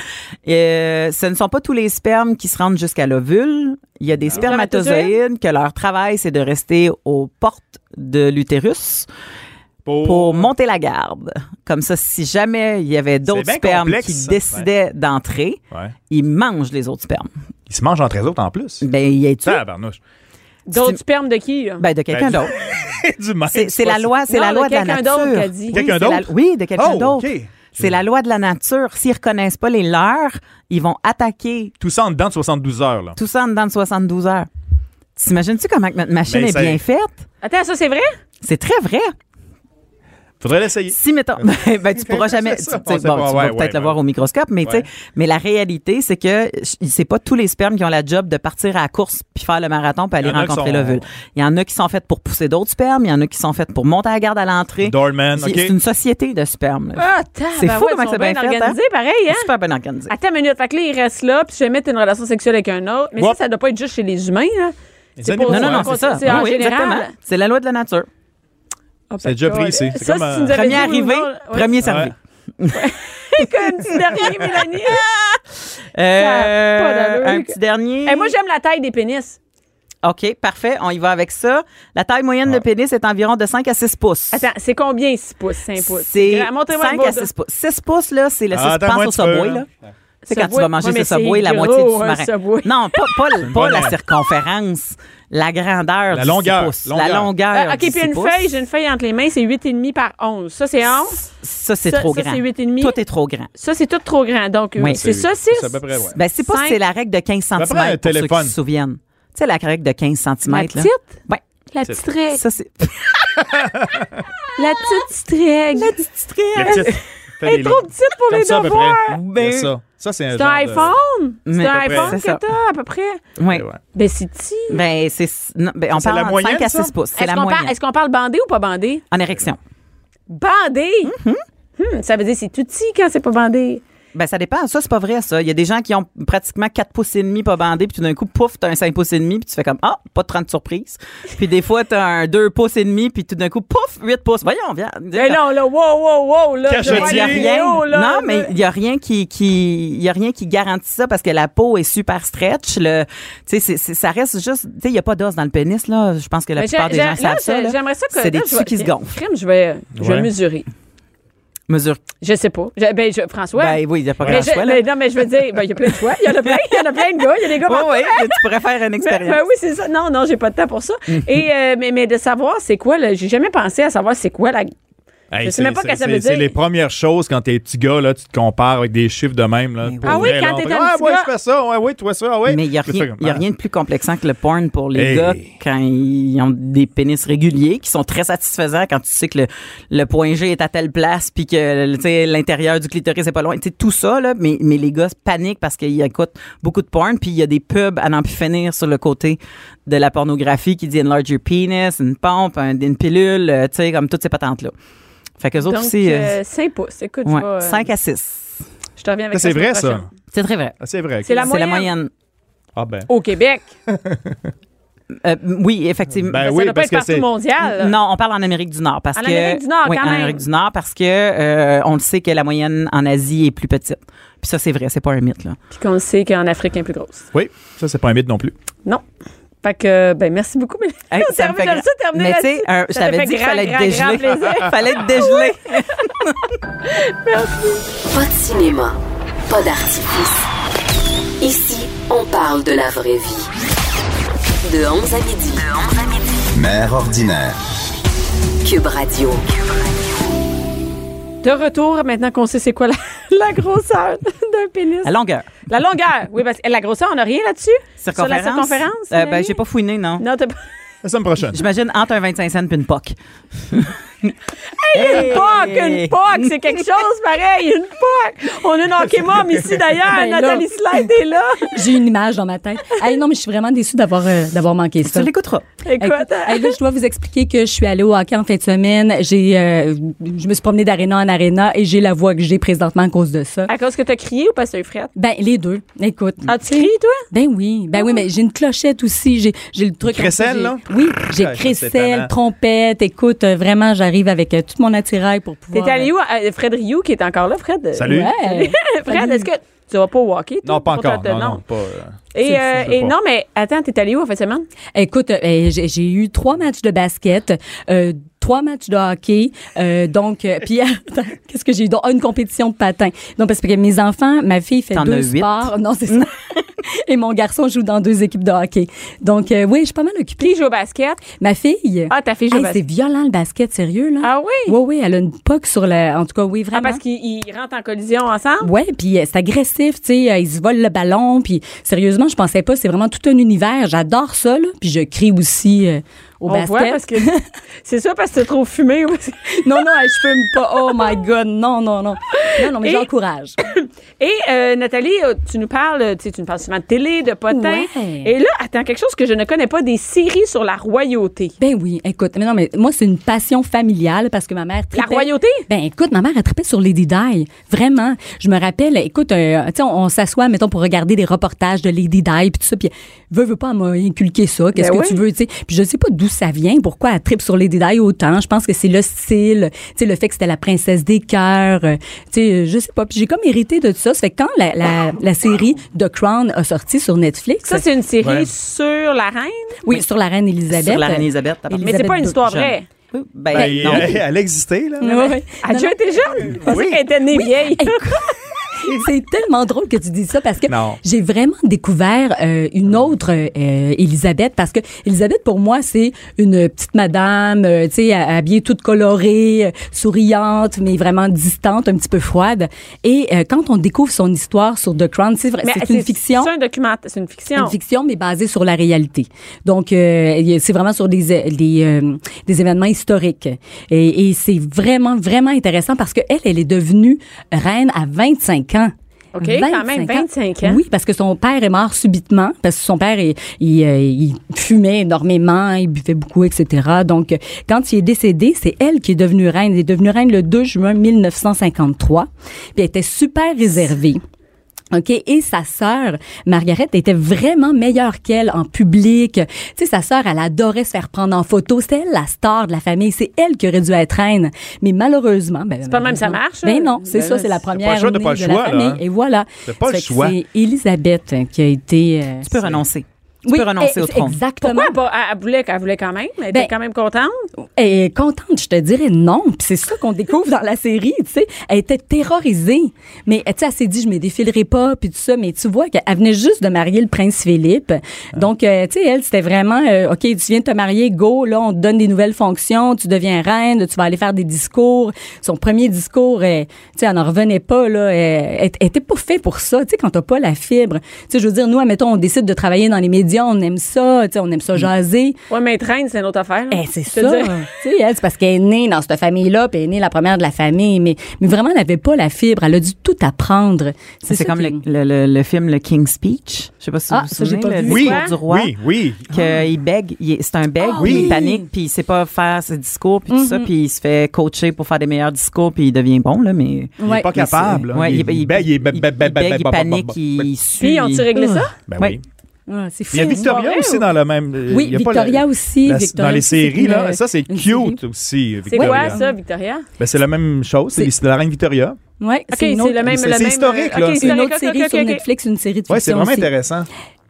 D: Euh, ce ne sont pas tous les spermes qui se rendent jusqu'à l'ovule. Il y a des
C: Ah.
D: spermatozoïdes que leur travail, c'est de rester aux portes de l'utérus
C: Oh.
E: Pour-
D: pour monter la garde. Comme ça, si jamais il y avait d'autres
E: bien
D: spermes
E: complexe,
D: qui
E: ça.
D: décidaient d'entrer,
E: Ouais.
D: ils mangent les autres spermes.
E: Ils se mangent entre eux autres en plus.
D: Ben, il y a tu
E: Tabarnouche.
C: D'autres spermes de qui, là?
D: ben, de quelqu'un
E: Ben,
D: d'autre.
E: du mal.
D: C'est, c'est la
E: pas-
D: loi, c'est
C: Non,
D: la
C: de
D: loi de, la
C: quelqu'un
D: nature.
C: d'autre qui a dit.
D: Oui,
E: Quelqu'un
D: c'est la-
E: d'autre?
D: oui, de quelqu'un
E: Oh,
D: d'autre.
E: OK.
D: C'est la loi de la nature. S'ils reconnaissent pas les leurs, ils vont attaquer
E: Tout ça en dedans de 72 heures, là.
D: tout ça en dedans de 72 heures. T'imagines-tu comment que notre machine
E: Ben,
D: est
E: ça-
D: bien faite?
C: Attends, ça, c'est vrai?
D: C'est très vrai.
E: Faudrait l'essayer.
D: Si, mettons, ben, ben, tu pourras jamais, tu,
E: C'est ça,
D: tu-
E: on sait
D: bon,
E: pas,
D: tu
E: ouais,
D: vas peut-être le
E: ouais,
D: voir
E: ouais.
D: au microscope, mais, tu sais,
E: Ouais.
D: mais la réalité, c'est que ch- c'est pas tous les spermes qui ont la job de partir à la course puis faire le marathon puis
E: Il y
D: aller
E: en a qui
D: rencontrer
E: sont-
D: l'ovule. Il y en a qui sont faits pour pousser d'autres spermes, il y en a qui sont faits pour monter à la garde à l'entrée.
E: Doorman,
D: C'est
E: OK.
D: c'est une société de sperme. là.
C: Ah, t'as,
D: C'est fou comment
C: ils
D: c'est
C: sont
D: bien
C: bien
D: fait, hein?
C: organisé, pareil, hein?
D: Super bien organisé.
C: Attends une minute. Fait que là, il reste là, puis si jamais t'as une relation sexuelle avec un autre. Mais
E: Ouais.
C: ça, ça doit pas être juste chez les humains, là.
E: animaux,
D: Non, non,
E: Ouais.
D: non, c'est ça.
C: C'est en
D: Oui, oui,
C: général.
D: exactement. C'est la loi de la nature.
C: Ah,
E: C'est déjà pris ici. C'est
C: Ça,
E: comme,
C: si tu
E: euh,
C: nous avais
D: Oh, ben, Premier
C: dit au
D: arrivé,
C: nouveau- Ouais.
D: premier servi.
E: Ouais.
C: Comme petit dernier, Mélanie.
D: Euh,
C: Ça a pas d'allure.
D: un petit dernier.
C: Et moi, j'aime la taille des pénis.
D: OK, parfait. On y va avec ça. La taille moyenne de pénis est environ de 5 à 6 pouces.
C: Attends, c'est combien 6 pouces, 5 pouces?
D: C'est
C: Grand, Montrez-moi
D: 5
C: le
D: à
C: beau-
D: 6 pouces. 6 pouces, là, c'est le 6
E: Ah, attends,
D: penses
E: moi,
D: au
E: tu peux,
D: Subway,
E: là.
D: là. C'est quand tu
C: Subway.
D: vas manger
C: Ouais,
D: chez
C: mais
D: Subway,
C: c'est
D: la moitié du
C: gros, un
D: sous-marin.
C: Subway.
D: Non, pas, pas, le-
E: une
D: pas
E: bonne
D: la
E: aide.
D: circonférence, la grandeur
E: La
D: du
E: longueur,
D: 6 pouces. La
E: longueur.
D: longueur
C: Ah, OK, puis
D: du 6
C: une
D: pouces.
C: feuille, j'ai une feuille entre les mains, c'est 8,5 par 11. Ça, c'est 11.
D: Ça, c'est
C: Ça-
D: trop
C: ça,
D: grand.
C: c'est huit et demi.
D: Tout est trop grand.
C: Ça, c'est tout trop grand. Donc,
D: Oui.
C: c'est ça, 6?
E: C'est à peu près, ouais.
D: Ben, c'est pas
C: Cinq.
D: c'est la règle de 15 cm
E: Après,
D: pour
E: un
D: ceux qui
E: téléphone.
D: se souviennent. Tu sais, la règle de 15 cm.
C: La
D: là.
C: petite?
D: Ouais.
C: La petite règle.
D: Ça, c'est.
C: La petite petite règle.
E: La petite. Fais
C: Elle est
E: des
C: trop
E: lignes.
C: petite pour
E: Comme
C: les
E: ça, à peu
C: devoirs.
E: près.
D: Ben-
E: C'est ça. Ça, c'est un
C: C'est
E: genre
C: un
E: de-
C: iPhone.
D: Mais-
C: C'est un
D: à peu près.
C: iPhone
D: C'est ça.
C: que t'as, à peu près.
D: Ouais.
E: Eh Ouais.
C: Ben, c'est petit.
D: Ben, c'est. non, ben, on
E: C'est
D: parle
E: la
D: de
E: moyenne,
D: 5 à
E: ça?
D: 6 pouces. C'est
C: Est-ce
D: la
C: qu'on
D: moyenne.
C: parle, est-ce qu'on parle bandé ou pas bandé?
D: En érection.
C: Bandé! Hum, ça veut dire c'est tout petit quand c'est pas bandé.
D: Ben, ça dépend. Ça, c'est pas vrai, ça. Il y a des gens qui ont pratiquement 4 pouces et demi pas bandés, puis tout d'un coup, pouf, t'as un 5 pouces et demi, puis tu fais comme, ah, pas de 30 surprises. Puis des fois, t'as un 2 pouces et demi, puis tout d'un coup, pouf, 8 pouces. Voyons, viens.
C: Mais Eh non, là, wow, wow, wow, là.
E: Cache-
C: je vois
E: Il y a
C: les
D: rien.
C: vidéos, oh, là,
D: non,
C: de-
D: mais il y a rien qui qui il y a rien qui garantit ça parce que la peau est super stretch le tu sais c'est- c'est- ça reste juste tu sais il y a pas d'os dans le pénis là, je pense que la
C: Mais j'ai-
D: plupart des
C: j'ai-
D: gens
C: là,
D: savent ça.
C: j'ai-
D: là.
C: J'aimerais ça que
D: C'est des
C: là, je
D: tissus
C: vais-
D: qui se gonflent.
C: Crime, je vais, je vais
E: Ouais.
C: le mesurer.
D: Mesure.
C: Je sais pas. Je- ben, je- François.
D: Ben oui, il y a pas
C: mais
D: grand
C: je-
D: choix là.
C: mais non, mais je veux dire, ben, il y a plein de choix. Il y en a plein. Il y en a plein de gars. Il y a des gars.
D: Oui,
C: partout.
D: oui, tu pourrais faire une
C: Ben,
D: expérience. Mm-hmm.
C: ben oui, c'est ça. Non, non, j'ai pas de temps pour ça. Et euh, mais, mais de savoir c'est quoi, là, j'ai jamais pensé à savoir c'est quoi la. Je
E: Hey,
C: sais
E: c'est-
C: même pas
E: c'est-
C: ce que ça
E: c'est-
C: veut
E: C'est
C: dire.
E: les premières choses quand t'es petit gars, là, tu te compares avec des chiffres de même. Là, pour
C: Ah oui,
E: vrai,
C: quand
E: là, on
C: t'es
E: fait,
C: un
E: Ah,
C: petit
E: moi,
C: gars.
E: je fais ça. Ouais, oui, toi, ça. Ah, ouais.
D: Mais il n'y a,
E: Je fais
D: rien-
E: comme,
D: y a
E: ah.
D: rien de plus complexant que le porn pour les
E: Hey.
D: gars quand ils ont des pénis réguliers qui sont très satisfaisants quand tu sais que le, le point G est à telle place puis que tu sais, l'intérieur du clitoris est pas loin. Tu sais, tout ça, là, mais, mais les gars se paniquent parce qu'ils écoutent beaucoup de porn puis il y a des pubs à n'en plus finir sur le côté de la pornographie qui dit une larger penis, une pompe, un- une pilule, euh, tu sais, comme toutes ces patentes-là. Fait qu'eux autres
C: Donc,
D: aussi... euh,
C: 5 pouces. Écoute, je, vais, euh,
D: 5 à 6.
C: je te reviens avec
E: Ça,
C: la
E: C'est
C: semaine
E: vrai, ça.
C: prochaine.
D: C'est très vrai.
E: Ah, C'est vrai.
C: C'est la
D: C'est la
C: moyenne.
D: moyenne.
E: Ah, ben.
C: Au Québec.
D: Euh, oui, effectivement.
E: Ben
C: ça
E: oui,
C: doit pas
E: parce
C: être
E: que
C: partout
E: c'est-
C: mondial.
D: Non, on parle en Amérique du Nord parce
C: En
D: que
C: Amérique du Nord,
D: oui,
C: quand
D: en
C: même.
D: Amérique du Nord parce que euh, on le sait que la moyenne en Asie est plus petite. Puis ça c'est vrai, c'est pas un mythe là.
C: Puis qu'on sait qu'en Afrique, elle est plus grosse.
E: Oui, ça, c'est pas un mythe non plus.
C: Non. Fait que, ben, merci beaucoup, Mélanie.
D: Hey,
C: On
D: ça me
C: termine-
D: fait
C: j'aime ça, terminer
D: Mais tu sais,
C: là-dessus.
D: un- je
C: Ça me
D: t'avais
C: fait
D: dit qu'il
C: grand,
D: fallait être
C: grand, grand
D: dégelé.
C: plaisir.
D: fallait être dégelé.
A: Pas de cinéma, pas d'artifice. Ici, on parle de la vraie vie. De 11 à midi. De 11 à midi.
B: Mère ordinaire.
A: Cube Radio.
C: De retour, maintenant qu'on sait c'est quoi la, la grosseur d'un pénis.
D: La longueur.
C: La longueur. Oui, parce que la grosseur, on n'a rien là-dessus? Sur la circonférence?
D: Euh, ben
C: Mélanie?
D: j'ai pas fouiné non.
C: Non, t'as pas.
E: La semaine prochaine.
D: J'imagine entre un 25 cents puis une poque.
C: Une POC, une POC, c'est quelque chose pareil, une POC. On a une hockey mom ici d'ailleurs,
F: Ben là.
C: Nathalie Slide est là.
F: J'ai une image dans ma tête. Hey, non, mais je suis vraiment déçue d'avoir euh, d'avoir manqué ça.
D: Tu l'écouteras.
C: Écoute,
F: Hey, là, je dois vous expliquer que je suis allée au hockey en fin de semaine. J'ai, euh, je me suis promenée d'aréna en aréna et j'ai la voix que j'ai présentement à cause de ça.
C: euh, à cause que t'as crié ou parce que t'as eu frette?
F: Ben, les deux. Écoute.
C: Ah, tu cries, toi?
F: Ben oui. Ben oui, mais j'ai une clochette aussi. J'ai, j'ai le truc.
E: Crécelle,
F: J'ai-
E: là?
F: Oui, j'ai
E: Ah, ça, c'est
F: crécelle,
E: étonnant.
F: trompette. Écoute, euh, vraiment, j'arrive avec euh, tout mon attirail pour pouvoir. euh,
C: T'es allé où? À- Fred Rioux, qui est encore là, Fred?
E: Salut.
F: Ouais.
C: Fred, est-ce que tu vas pas au hockey? toi,
E: Non, pas
C: pour ta-
E: encore.
C: ta-
E: Non, non, pas. euh,
C: Et,
E: c'est-
C: euh,
E: je veux
C: et
E: pas.
C: non, mais attends, t'es allé où en fin de semaine?
F: Écoute, euh, euh, j'ai j'ai eu trois matchs de basket, euh, trois matchs de hockey, euh, donc euh, puis attends, qu'est-ce que j'ai eu donc ah, une compétition de patin. Donc parce que mes enfants, ma fille fait
D: T'en as
F: deux
D: huit.
F: sports, non c'est ça, et mon garçon joue dans deux équipes de hockey. Donc euh, oui, je suis pas mal occupée.
C: Qui joue au basket?
F: Ma fille,
C: Ah, ta fille joue au
F: Hey, c'est
C: basket.
F: violent le basket, sérieux là.
C: Ah oui?
F: Oui oui, elle a une poque sur la, en tout cas oui
C: Ah,
F: vraiment.
C: parce qu'ils ils rentrent en collision ensemble?
F: Ouais, puis euh, c'est agressif, tu sais, euh, ils se volent le ballon, puis sérieusement, je pensais pas, c'est vraiment tout un univers. J'adore ça, là, puis je crie aussi euh, au
C: On
F: basket.
C: voit parce que c'est ça parce que t'es trop fumé. ou parce que-
F: Non, non, hey, je fume pas. Oh my God, non, non, non. Non, non, mais
C: Et-
F: j'encourage.
C: Et euh, Nathalie, euh, tu nous parles, tu sais, tu nous parles souvent de télé, de potins.
F: Ouais.
C: Et là, attends, quelque chose que je ne connais pas, des séries sur la royauté.
F: Ben oui, écoute, mais non, mais moi, c'est une passion familiale parce que ma mère...
C: La
F: tripait-
C: royauté?
F: Ben écoute, ma mère a trippé sur Lady Di, vraiment. Je me rappelle, écoute, euh, tu sais, on, on s'assoit, mettons, pour regarder des reportages de Lady Di, puis tout ça, puis veux, veux pas, elle m'a inculqué ça, qu'est-ce
C: Ben
F: que
C: oui.
F: tu veux, tu sais. Puis je sais pas d'où ça vient, pourquoi elle trippe sur Lady Di autant. Je pense que c'est le style, tu sais, le fait que c'était la princesse des cœurs, euh, tu sais, je sais pas. Puis j'ai comme hérité de tout ça. Ça fait que quand la, la, la série The Crown a sorti sur Netflix...
C: Ça, c'est une série
E: Ouais.
C: sur la reine,
F: Oui, sur la reine Elisabeth. euh,
D: Sur la reine Elisabeth. t'as
F: Elisabeth
C: mais c'est pas une
F: de-
C: histoire
D: Jeune.
C: vraie.
D: parlé. Ben,
E: Ben, il-
D: non.
E: elle, elle existait, là.
F: Ouais, ouais.
C: Elle a déjà été jeune. Je pensais qu'elle était née vieille.
F: C'est tellement drôle que tu dis ça parce que
E: Non.
F: j'ai vraiment découvert euh, une autre euh, euh, Elisabeth parce que Elisabeth pour moi c'est une petite madame, euh, tu sais ha- habillée toute colorée, euh, souriante mais vraiment distante, un petit peu froide. Et euh, quand on découvre son histoire sur The Crown, c'est vrai,
C: Mais
F: c'est une fiction.
C: C'est un documentaire. C'est une fiction.
F: Une fiction, mais basée sur la réalité. Donc, euh, y a- c'est vraiment sur des é- des, euh, des événements historiques. Et, et c'est vraiment, vraiment intéressant parce que elle, elle est devenue reine à 25 ans.
C: OK, quand même, 25 ans.
F: Oui, parce que son père est mort subitement, parce que son père, il, il, euh, il fumait énormément, il buvait beaucoup, etc. Donc, euh, quand il est décédé, c'est elle qui est devenue reine. Elle est devenue reine le 2 juin 1953. Puis elle était super réservée. OK, et sa sœur, Margaret, était vraiment meilleure qu'elle en public. Tu sais, sa sœur, elle adorait se faire prendre en photo. C'est elle la star de la famille. C'est elle qui aurait dû être reine. Mais malheureusement... Ben,
C: C'est pas même ça marche,
F: Ben
C: hein?
F: non, c'est
C: Ben
F: ça,
C: là,
F: c'est la
C: c'est pas
E: le
F: première
E: choix, t'as
F: née
E: pas le
F: de
E: choix,
F: la
E: là,
F: famille.
E: hein?
F: Et voilà.
E: T'as pas
F: Ça
E: le
F: fait que
E: choix.
F: C'est Élisabeth qui a été... euh,
D: Tu peux renoncer. Tu peux renoncer
F: et-
D: au trône.
F: Exactement.
C: Pourquoi elle, pas- elle voulait, elle voulait quand même? Elle était
F: Ben-
C: quand même contente?
F: Elle est contente, je te dirais non. Puis c'est ça qu'on découvre dans la série, tu sais. Elle était terrorisée. Mais, tu sais, elle s'est dit, je me défilerai pas, puis tout ça. Mais tu vois qu'elle venait juste de marier le prince Philippe. Donc, euh, tu sais, elle, c'était vraiment, euh, OK, tu viens de te marier, go, là, on te donne des nouvelles fonctions, tu deviens reine, tu vas aller faire des discours. Son premier discours, euh, tu sais, elle n'en revenait pas, là. Elle, elle- elle était pas fait pour ça, tu sais, quand t'as pas la fibre. Tu sais, je veux dire, nous, admettons, on décide de travailler dans les médias, on aime ça, tu sais, on aime ça jaser.
C: Ouais, mais être reine, c'est une autre affaire. là.
F: Eh, c'est
C: Ah, Je
F: ça.
C: te dis-
F: Tu sais, elle, c'est parce qu'elle est née dans cette famille-là, puis elle est née la première de la famille, mais, mais vraiment, elle n'avait pas la fibre. Elle a dû tout apprendre.
C: Ah,
D: C'est
F: ça
D: comme le,
F: qui-
D: le- le- le film Le King's Speech. Je sais pas si
F: Ah,
D: vous vous
F: ça, j'ai
D: souvenez,
F: pas
D: le
F: vu.
D: discours
E: Oui,
D: du roi.
E: oui, oui.
D: Qu'il bègue, il est- c'est un bègue,
F: Ah
D: puis
F: oui. Mm-hmm.
D: il panique, puis il sait pas faire ses discours, puis tout ça, puis il se fait coacher pour faire des meilleurs discours, puis il devient bon, là, mais...
E: Il
F: Ouais.
E: est pas capable. là.
D: Ouais,
E: il, il bègue, il,
D: il
E: bègue, bègue,
D: bègue,
E: bègue,
D: il
E: bègue,
D: panique,
E: bègue, bègue.
D: il sue.
C: Puis, ont-tu réglé ça?
E: Ben
D: Ouais.
E: oui.
F: Ah, c'est fou.
E: Il y a Victoria
C: vrai,
E: aussi
C: ou-
E: dans la même. euh,
F: Oui,
E: il y a pas la-
F: Victoria aussi.
E: la-
F: Victoria
E: dans les
F: aussi, c'est
E: séries,
F: une-
E: là, ça c'est
F: une
E: cute
F: série.
E: aussi.
C: C'est
E: Victoria.
C: quoi ça, Victoria?
E: Ben, c'est la même chose, c'est
F: C'est-
E: l'histoire de la reine Victoria.
F: Ouais,
C: OK,
F: c'est
C: c'est
F: une
C: le
F: autre,
C: même.
E: c'est
C: le même- euh,
E: historique, là.
C: OK,
E: C'est
F: c'est une autre
C: ok,
F: série
C: ok,
F: sur
C: ok.
F: Netflix, une série de
E: Ouais, c'est
F: fiction
E: vraiment
F: aussi.
E: intéressant.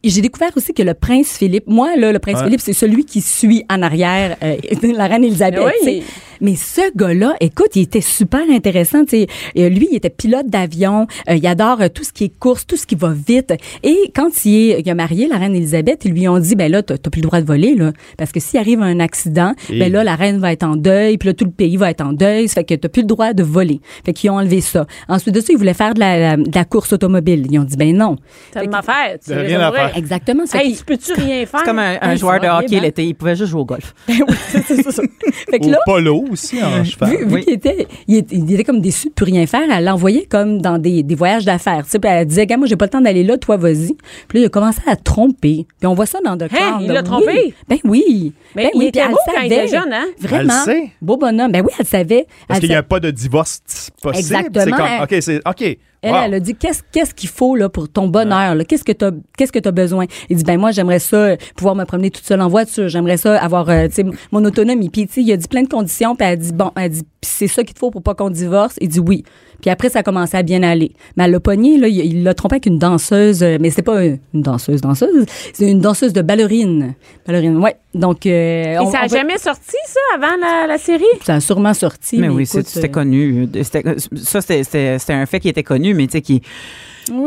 F: Et J'ai découvert aussi que le prince Philippe, moi, là, le prince
E: Ouais.
F: Philippe, c'est celui qui suit en arrière euh, la reine Elisabeth.
C: Mais Ben oui.
F: ben, tu sais. Mais ce gars-là, écoute, il était super intéressant. tu sais. Euh, lui, il était pilote d'avion. euh, il adore euh, tout ce qui est course, tout ce qui va vite. Et quand il, est, il a marié la reine Elisabeth, ils lui ont dit, ben là, t'as t'as plus le droit de voler, là, parce que s'il arrive un accident,
E: Et-
F: ben là, la reine va être en deuil, puis là, tout le pays va être en deuil. Ça fait que t'as plus le droit de voler. Fait qu'ils ont enlevé ça. Ensuite de ça, ils voulaient faire de la, de la course automobile. Ils ont dit, ben non.
C: T'as de ma fête.
E: T'as rien à faire.
F: Exactement. Ça fait
C: Hey,
F: qu'ils-
C: tu peux-tu rien faire?
D: C'est comme un, un
F: Ah,
D: joueur
F: c'est
D: de hockey
F: horrible, hein.
D: l'été, il pouvait juste jouer au golf.
F: C'est ça, ça. Fait que
E: Au
F: là,
E: polo aussi, en
F: vu,
E: cheval.
F: vu
D: oui.
F: qu'il était, il était, il était comme déçu de plus rien faire, elle l'envoyait comme dans des, des voyages d'affaires. Tu sais, puis elle disait, gars, moi, j'ai pas le temps d'aller là, toi, vas-y. Puis là, il a commencé à tromper. Puis on voit ça dans Doctor.
C: Hein, il
F: là.
C: l'a
F: Oui.
C: trompé?
F: Ben oui.
C: Mais
F: ben
C: il
F: oui,
C: était
F: puis elle
C: beau quand il
F: savait.
C: était jeune, hein?
F: Vraiment.
E: Elle le sait.
F: Beau bonhomme. Ben oui, elle savait.
E: Parce
F: Elle
E: qu'il n'y
F: sa-
E: a pas de divorce t- possible.
F: Exactement.
E: C'est comme,
F: Elle-
E: OK, c'est OK.
F: Elle,
E: wow.
F: elle a dit qu'est-ce qu'est-ce qu'il faut là pour ton bonheur là qu'est-ce que t'as qu'est-ce que t'as besoin il dit ben moi j'aimerais ça euh, pouvoir me promener toute seule en voiture j'aimerais ça avoir euh, tu sais, m- mon autonomie puis tu sais, il a dit plein de conditions puis elle dit bon elle dit Puis c'est ça qu'il te faut pour pas qu'on divorce il dit oui puis après ça a commencé à bien aller mais elle l'a pogné là il- il l'a trompé avec une danseuse euh, mais c'est pas euh, une danseuse danseuse c'est une danseuse de ballerine ballerine ouais donc euh,
C: Et
F: on-
C: ça
F: on
C: n'a
F: va-
C: jamais sorti, ça, avant la, la série?
F: ça a sûrement sorti
D: Mais, oui, c'est-
F: écoute,
D: c'était
F: euh,
D: connu. C'était- Ça, c'était- c'était c'était un fait qui était connu, mais tu sais, qui,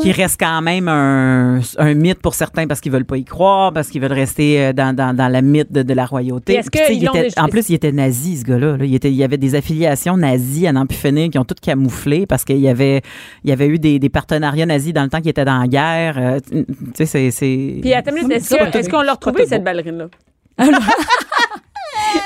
D: qui reste quand même un, un mythe pour certains parce qu'ils veulent pas y croire, parce qu'ils veulent rester euh, dans, dans, dans la mythe de, de la
C: Puis
D: royauté.
C: est-ce
D: Puis, tu sais,
C: qu'ils
D: il
C: l'ont
D: était-
C: déjà-
D: en plus, il était nazi, ce gars-là. là. Il, était- il y avait des affiliations nazies à n'en plus finir qui ont toutes camouflé parce qu'il y avait, il y avait eu des, des partenariats nazis dans le temps qui étaient dans la guerre. Euh, tu sais, c'est- c'est...
C: Puis, attends, une minute, est-ce
F: Ça,
C: que-
F: pas
C: est-ce qu'on l'a retrouvée,
F: tout
C: cette
F: beau.
C: ballerine-là?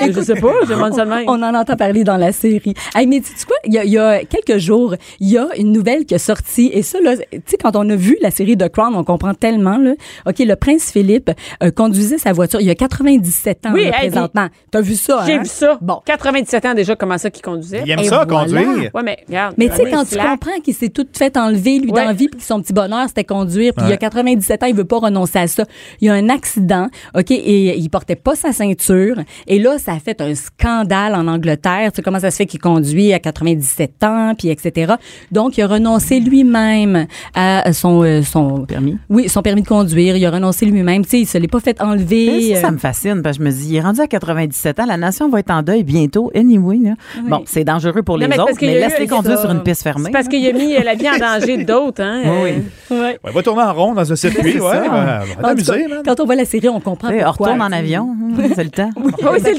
C: Je sais pas, je demande seulement.
F: On en entend parler dans la série. Hey, mais tu quoi? Il y, a, il y a quelques jours, il y a une nouvelle qui est sortie. Et ça, là, tu sais, quand on a vu la série de Crown, on comprend tellement, là. OK, le prince Philippe euh, conduisait sa voiture. Il y a 97 ans,
C: Oui,
F: là,
C: hey,
F: présentement. T'as vu ça,
C: J'ai
F: hein?
C: vu ça.
F: Bon.
C: 97 ans déjà, comment ça qu'il conduisait?
E: Il aime
F: Et
E: ça,
F: voilà.
E: conduire.
C: Ouais, mais regarde.
F: Mais tu sais,
C: euh,
F: quand tu
C: slack.
F: comprends qu'il s'est tout fait enlever, lui,
C: Ouais.
F: dans la vie, puis que son petit bonheur, c'était conduire, puis il y a
E: Ouais.
F: 97 ans, il veut pas renoncer à ça. Il y a un accident, OK, et il portait pas sa ceinture. Et là, ça a fait un scandale en Angleterre. Tu sais, comment ça se fait qu'il conduit à 97 ans, puis etc. Donc, il a renoncé lui-même à son... euh, son
D: Permis.
F: Oui, son permis de conduire. Il a renoncé lui-même. Tu sais, il se l'est pas fait enlever. euh,
D: Et ça,
C: euh,
D: ça me fascine parce que je me dis, il est rendu à 97 ans, la nation va être en deuil bientôt, anyway. Là. Bon, c'est dangereux pour
C: Non,
D: les
C: mais c'est parce
D: autres,
C: qu'il y
D: mais
C: a eu-
D: laisse-les conduire
C: ça.
D: sur une piste fermée.
C: C'est parce qu'il a mis euh, la vie en danger d'autres, hein?
D: Oui, oui.
C: Ouais.
E: Ouais, va tourner en rond dans un circuit. ouais,
D: ça.
E: ouais, va
F: En tout cas,
E: t'amuser, man.
F: quand on voit la série, on comprend
D: Tu sais, on
F: pourquoi.
D: retourne en avion, hum, c'est le temps.
C: Oui, c'est le temps.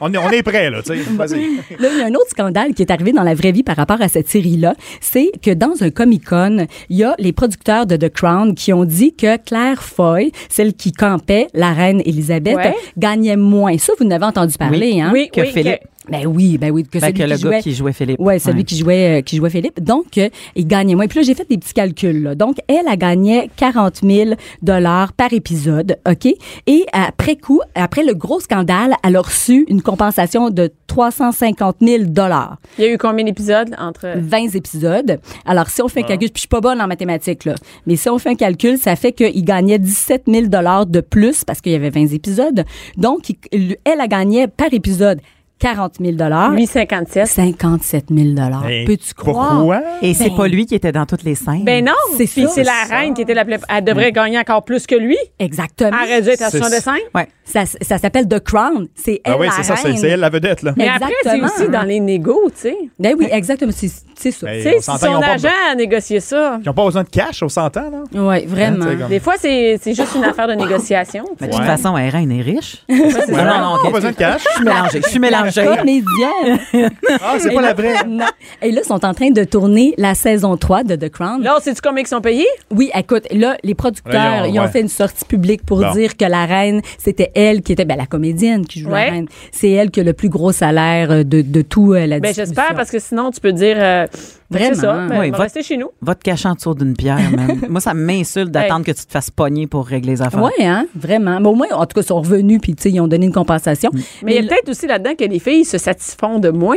E: On est, on est prêt, là, tu sais. Vas-y.
F: Là, il y a un autre scandale qui est arrivé dans la vraie vie par rapport à cette série-là. C'est que dans un Comic-Con, il y a les producteurs de The Crown qui ont dit que Claire Foy, celle qui campait la reine Elisabeth,
C: Ouais.
F: gagnait moins. Ça, vous n'avez entendu parler, hein?
C: Oui,
D: Que
C: oui,
D: Philippe.
C: que-
F: Ben oui, ben oui.
D: Fait
F: Que celui
D: que le
F: qui
D: gars
F: jouait,
D: qui jouait Philippe.
F: Ouais, celui
D: Ouais.
F: qui jouait euh, qui jouait Philippe. Donc, euh, il gagnait moins. Puis là, j'ai fait des petits calculs. là. Donc, elle a gagné 40 000 dollars par épisode, ok. Et après coup, après le gros scandale, elle a reçu une compensation de 350 000 dollars,
C: Il y a eu combien d'épisodes entre.
F: 20 épisodes. Alors, si on fait un calcul, puis je suis pas bonne en mathématiques là, mais si on fait un calcul, ça fait qu'il gagnait 17 000 dollars de plus parce qu'il y avait 20 épisodes. Donc, il- elle a gagné par épisode 40 000 dollars.
C: 8,57.
F: 57 000
E: Hey,
F: Peux-tu croire?
E: Pourquoi?
D: Et c'est
F: Ben-
D: pas lui qui était dans toutes les scènes.
C: Ben non!
F: C'est
C: Puis
F: ça,
C: c'est la
F: ça.
C: reine qui était la plus. Elle devrait gagner encore plus que lui. Elle
F: Exactement.
C: aurait dû être à
E: C'est-
C: 65.
D: Ouais.
F: Ça, ça s'appelle The Crown. C'est elle
E: Ah oui,
F: la
E: c'est ça, c'est
F: reine.
E: c'est elle la vedette, là.
C: Mais après, c'est
F: Exactement.
C: aussi dans les négos, tu sais.
F: Ben oui, exactement. C'est c'est ça.
E: Mais
C: Tu
E: on
C: sais, si
E: s'entend, ils
C: son
E: ont pas-
C: agent a négocié ça.
E: Ils n'ont pas besoin de cash, on s'entend, là.
F: Oui, vraiment.
E: Hein, tu sais, comme-
C: Des fois, c'est c'est juste une affaire de négociation. tu
D: Mais
C: sais.
D: de toute
E: Ouais.
D: façon, elle est reine, elle est riche.
E: Ouais,
D: Non,
E: ouais,
D: non,
E: pas
D: ok.
E: besoin de cash.
D: Je suis mélangée. Je suis
F: La
D: mélangée.
F: comédienne.
E: Ah, c'est pas la vraie.
F: Non. Et là, ils sont en train de tourner la saison 3 de The Crown.
C: Là, sais-tu combien ils sont payés?
F: Oui, écoute, là, les producteurs,
E: Là, ils ont-
F: ils ont
E: ouais.
F: fait une sortie publique pour
E: Bon.
F: dire que la reine, c'était elle qui était, ben, la comédienne qui joue
C: Ouais.
F: la reine. C'est elle qui a le plus gros salaire euh, de, de tout euh, la
C: Ben,
F: distribution.
C: j'espère, parce que sinon, tu peux dire. euh,
F: Vraiment.
C: C'est ça. Ben,
D: Oui,
C: on va
D: va-
C: rester chez nous.
D: Va te cacher en dessous d'une pierre, man. Moi, ça m'insulte d'attendre que tu te fasses pogner pour régler les affaires.
F: Oui, hein, vraiment. Mais au moins, en tout cas, ils sont revenus, puis tu sais, ils ont donné une compensation.
D: Mm.
C: Mais il y a peut-être aussi là-dedans que les filles se satisfont de moins.